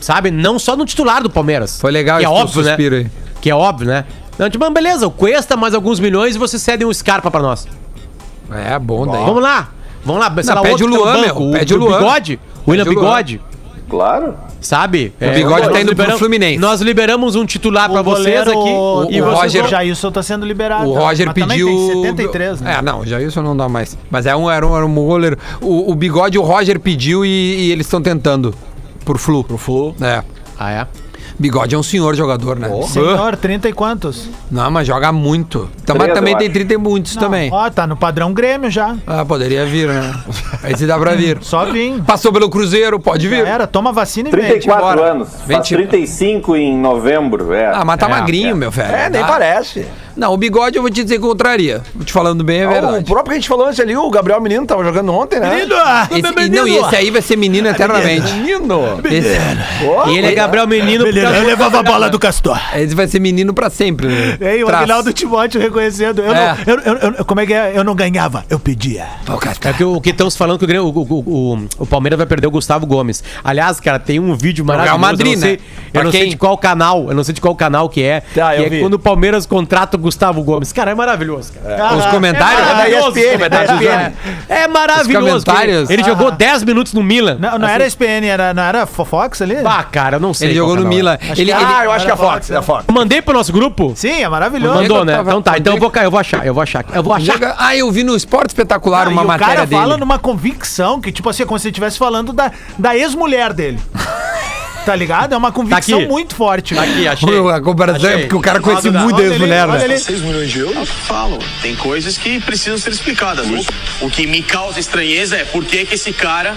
Speaker 4: sabe? Não só no titular do Palmeiras.
Speaker 2: Foi legal
Speaker 4: que é
Speaker 2: esse teu
Speaker 4: óbvio,
Speaker 2: suspiro
Speaker 4: né?
Speaker 2: aí.
Speaker 4: Que é óbvio, né? Não, tipo, ah, beleza, o Cuesta mais alguns milhões e você cede um Scarpa pra nós.
Speaker 2: É, bom daí.
Speaker 4: Vamos lá. Vamos lá,
Speaker 2: Não,
Speaker 4: sei lá,
Speaker 2: pede
Speaker 4: outro
Speaker 2: o
Speaker 4: que tá no
Speaker 2: Luan,
Speaker 4: banco,
Speaker 2: meu, pede o Luan.
Speaker 4: Bigode, o William
Speaker 2: o Luan.
Speaker 4: Bigode,
Speaker 3: Claro.
Speaker 4: sabe? É,
Speaker 2: Bigode
Speaker 4: nós
Speaker 2: tá indo pro
Speaker 4: liberamos-
Speaker 2: Fluminense.
Speaker 4: Nós liberamos um titular pra vocês aqui.
Speaker 5: O,
Speaker 4: e
Speaker 5: o
Speaker 4: vocês
Speaker 5: Roger
Speaker 2: Roger-
Speaker 4: vão-
Speaker 5: Jailson tá sendo liberado.
Speaker 2: O Roger
Speaker 5: Mas também
Speaker 2: pediu.
Speaker 5: Tem 73, né?
Speaker 2: É, não, já isso não dá mais. Mas é um, era um, era um goleiro. O, o bigode o Roger pediu e, e eles estão tentando. Por flu. Pro flu. É.
Speaker 4: Ah, é?
Speaker 2: Bigode é um senhor jogador, né?
Speaker 5: Oh.
Speaker 2: Ah,
Speaker 5: Senhor, 30 e quantos?
Speaker 2: Não, mas joga muito. Tam- Mas
Speaker 3: Três,
Speaker 2: também
Speaker 3: eu
Speaker 2: tem
Speaker 3: acho.
Speaker 2: 30 e muitos também.
Speaker 5: Ó, tá no padrão Grêmio já.
Speaker 2: Ah, poderia vir, né? Aí se dá pra vir.
Speaker 5: Só vim.
Speaker 2: Passou pelo Cruzeiro, pode
Speaker 5: Já
Speaker 2: vir.
Speaker 5: era, toma vacina e vem.
Speaker 3: 34
Speaker 2: embora.
Speaker 3: anos.
Speaker 2: Vem
Speaker 3: Faz
Speaker 2: te-
Speaker 3: 35 em novembro. É.
Speaker 2: Ah, mas tá
Speaker 4: É,
Speaker 2: magrinho, meu velho.
Speaker 7: É, nem
Speaker 2: Tá-
Speaker 7: parece.
Speaker 2: Não, o bigode eu vou te dizer que eu contraria. Vou te falando bem, é
Speaker 7: O
Speaker 2: verdade.
Speaker 7: próprio que a gente falou antes ali, o Gabriel Menino tava jogando ontem, né?
Speaker 5: Menino!
Speaker 2: Esse- e não, e esse aí vai ser menino eternamente.
Speaker 7: Menino!
Speaker 2: Esse,
Speaker 4: E ele é Gabriel Menino. porque-
Speaker 5: levava a bola do Castor.
Speaker 2: esse vai ser menino pra sempre, né?
Speaker 5: Ei, o
Speaker 2: Traço.
Speaker 5: Aguinaldo Timóteo reconhecendo. Eu
Speaker 2: É.
Speaker 5: não, eu, eu- eu- como é que é? Eu não ganhava, eu pedia.
Speaker 2: Pô, cara, tá-
Speaker 4: É que o que estão se falando que o, Grêmio- o, o, o- o Palmeiras vai perder o Gustavo Gomes. Aliás, cara, tem um vídeo
Speaker 2: Real
Speaker 4: maravilhoso.
Speaker 2: Madrid,
Speaker 4: eu não sei,
Speaker 2: né?
Speaker 4: Eu
Speaker 2: Pra
Speaker 4: não sei
Speaker 2: quem?
Speaker 4: de qual canal, eu não sei de qual canal que é.
Speaker 7: Tá,
Speaker 4: que
Speaker 7: eu
Speaker 4: é
Speaker 7: vi.
Speaker 4: quando o Palmeiras contrata o Gustavo Gomes. Cara, é maravilhoso, cara.
Speaker 5: Ah,
Speaker 2: Os comentários?
Speaker 7: É da ESPN, é da ESPN.
Speaker 4: É, maravilhoso.
Speaker 2: Os comentários.
Speaker 4: Ele, ele jogou 10 minutos no Milan.
Speaker 5: Não,
Speaker 2: Assim.
Speaker 5: não era SPN, era, não era Fo- Fox ali?
Speaker 4: Bah, cara, eu não sei.
Speaker 2: Ele
Speaker 4: qual
Speaker 2: jogou no
Speaker 4: canal é.
Speaker 2: Milan. Ele, ele-
Speaker 7: Ah, eu acho que é a Fox, é a Fox.
Speaker 4: Eu mandei pro nosso grupo.
Speaker 5: Sim, é maravilhoso.
Speaker 4: Mandou,
Speaker 2: eu
Speaker 4: né?
Speaker 2: tava-
Speaker 4: Então tá,
Speaker 2: quando
Speaker 4: então
Speaker 2: é
Speaker 4: eu vou cair, eu vou achar, eu vou achar. Eu vou achar.
Speaker 2: Joga- Ah, eu vi no Esporte Espetacular
Speaker 5: Ah, e
Speaker 2: uma
Speaker 5: o cara
Speaker 2: matéria
Speaker 5: fala
Speaker 2: dele.
Speaker 5: numa convicção que, tipo assim, é como se ele estivesse falando da, da ex-mulher dele. tá ligado? É uma convicção
Speaker 4: aqui.
Speaker 5: muito forte.
Speaker 4: Tá aqui, achei.
Speaker 2: Pô, A comparação é
Speaker 4: Achei.
Speaker 2: porque o cara conhece
Speaker 5: Olha
Speaker 2: muito
Speaker 5: ele,
Speaker 2: as mulher,
Speaker 5: olha
Speaker 2: né?
Speaker 5: ele.
Speaker 10: falo, tem coisas que precisam ser explicadas. O, o que me causa estranheza é por que que esse cara,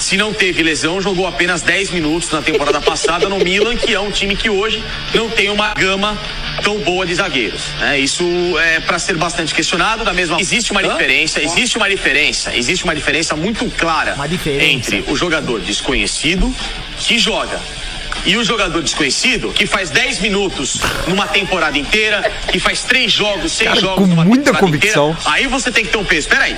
Speaker 10: se não teve lesão, jogou apenas 10 minutos na temporada passada no Milan, que é um time que hoje não tem uma gama tão boa de zagueiros. né? Isso é para ser bastante questionado. Da mesma, existe uma diferença, existe uma diferença, existe uma diferença muito clara
Speaker 5: Uma diferença.
Speaker 10: entre o jogador desconhecido que joga E o jogador desconhecido, que faz 10 minutos numa temporada inteira, que faz 3 jogos, 6 jogos
Speaker 2: com
Speaker 10: numa
Speaker 2: muita
Speaker 10: temporada
Speaker 2: convicção.
Speaker 10: inteira, aí você tem que ter um peso. Peraí.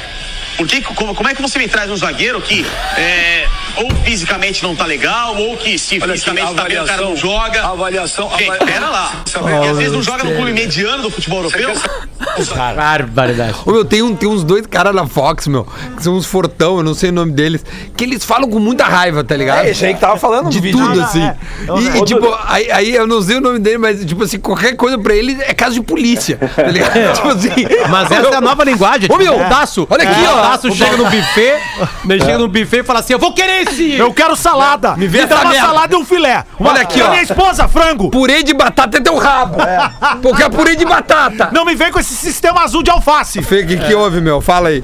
Speaker 10: Por que, como, como é que você me traz um zagueiro que é, ou fisicamente não tá legal, ou que se
Speaker 6: Olha aqui,
Speaker 10: fisicamente tá bem, o cara não
Speaker 6: avaliação,
Speaker 10: joga.
Speaker 6: avaliação,
Speaker 10: Gente,
Speaker 6: avalia-
Speaker 10: pera lá.
Speaker 6: Sabe-
Speaker 10: Porque às vezes não joga no clube mediano do futebol europeu.
Speaker 4: Barbaridade.
Speaker 2: Ô, meu, tem, um, tem uns dois caras na Fox, meu, que são uns fortão, eu não sei o nome deles, que eles falam com muita raiva, tá ligado?
Speaker 7: É, esse aí que tava falando
Speaker 2: De
Speaker 7: no vídeo.
Speaker 2: tudo,
Speaker 5: Não, não,
Speaker 2: assim.
Speaker 5: é. Eu-
Speaker 2: E, e, tipo, aí, aí eu não sei o nome dele, mas, tipo assim, qualquer coisa pra ele é caso de polícia, tá ligado? tipo assim.
Speaker 4: Mas essa é a nova linguagem.
Speaker 2: Ô, meu,
Speaker 4: o Daço,
Speaker 2: olha aqui, ó. É.
Speaker 4: O Daço chega no buffet, né, chega no buffet e fala assim: eu vou querer esse.
Speaker 5: Eu quero salada. Me,
Speaker 2: vê
Speaker 5: dá
Speaker 2: essa
Speaker 5: uma
Speaker 2: merda.
Speaker 5: salada e um filé. Uma-
Speaker 2: Olha aqui,
Speaker 5: E a
Speaker 2: ó.
Speaker 5: Minha esposa, frango.
Speaker 2: Purê de batata é teu rabo. Porque é purê de batata.
Speaker 5: Não me vem com esse sistema azul de alface.
Speaker 2: Fê, o que, que houve, meu? Fala aí.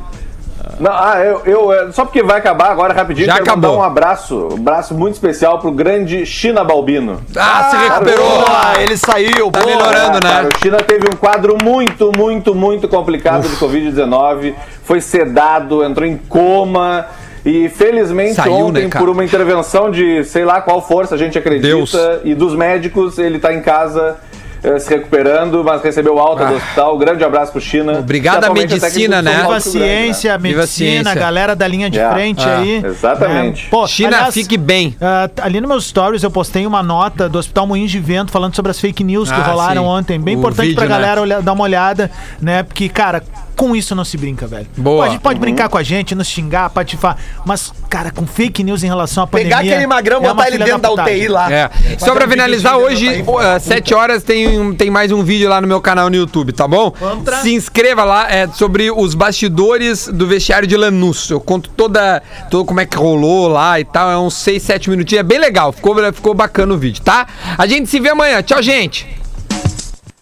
Speaker 3: Não, ah, eu, eu, é, só porque vai acabar agora rapidinho,
Speaker 2: Já
Speaker 3: quero mandar
Speaker 2: acabou.
Speaker 3: um abraço, um abraço muito especial pro grande China Balbino.
Speaker 2: Ah, se recuperou.
Speaker 9: Boa, ele saiu,
Speaker 2: Tá
Speaker 9: boa.
Speaker 2: melhorando,
Speaker 3: Cara,
Speaker 2: né?
Speaker 3: o China teve um quadro muito, muito, muito complicado de Covid-19. Foi sedado, entrou em coma. E felizmente
Speaker 2: Saiu,
Speaker 3: ontem,
Speaker 2: né, cara?
Speaker 3: por uma intervenção de sei lá qual força a gente acredita
Speaker 2: Deus.
Speaker 3: e dos médicos, ele tá em casa eh, se recuperando, mas recebeu alta do hospital. Grande abraço pro China.
Speaker 2: Obrigado à
Speaker 3: Certamente até que
Speaker 2: Ah. medicina,
Speaker 3: ele
Speaker 2: né?
Speaker 3: foi um
Speaker 5: Viva a
Speaker 3: alto grande, né?
Speaker 5: ciência, a
Speaker 2: Viva a
Speaker 5: medicina, a
Speaker 2: ciência.
Speaker 5: galera da linha de
Speaker 3: Yeah.
Speaker 5: frente
Speaker 3: Ah,
Speaker 5: aí.
Speaker 3: exatamente.
Speaker 5: É, pô,
Speaker 2: China,
Speaker 5: aliás,
Speaker 2: fique bem.
Speaker 5: ah, t- ali nos meus stories eu postei uma nota do Hospital Moinhos de Vento falando sobre as fake news que
Speaker 2: Ah,
Speaker 5: rolaram
Speaker 2: sim.
Speaker 5: ontem. Bem
Speaker 2: O
Speaker 5: importante
Speaker 2: vídeo,
Speaker 5: pra
Speaker 2: né?
Speaker 5: galera olhar- dar uma olhada, né? Porque, cara, com isso não se brinca, velho.
Speaker 2: Boa. Uhum.
Speaker 5: Pô, a gente pode brincar com a gente, nos xingar, patifar, mas, cara, com fake news em relação à pandemia...
Speaker 7: Pegar aquele magrão,
Speaker 5: é uma
Speaker 7: botar ele
Speaker 5: filha
Speaker 7: dentro da
Speaker 5: putagem.
Speaker 7: UTI lá.
Speaker 2: É. Só pra finalizar, hoje, às 7 horas, tem, um- tem mais um vídeo lá no meu canal no YouTube, tá bom?
Speaker 5: Contra.
Speaker 2: Se inscreva lá, é sobre os bastidores do vestiário de Lanús. Eu conto toda, todo como é que rolou lá e tal. É uns 6, 7 minutinhos. É bem legal. Ficou, ficou bacana o vídeo, tá? A gente se vê amanhã. Tchau, gente.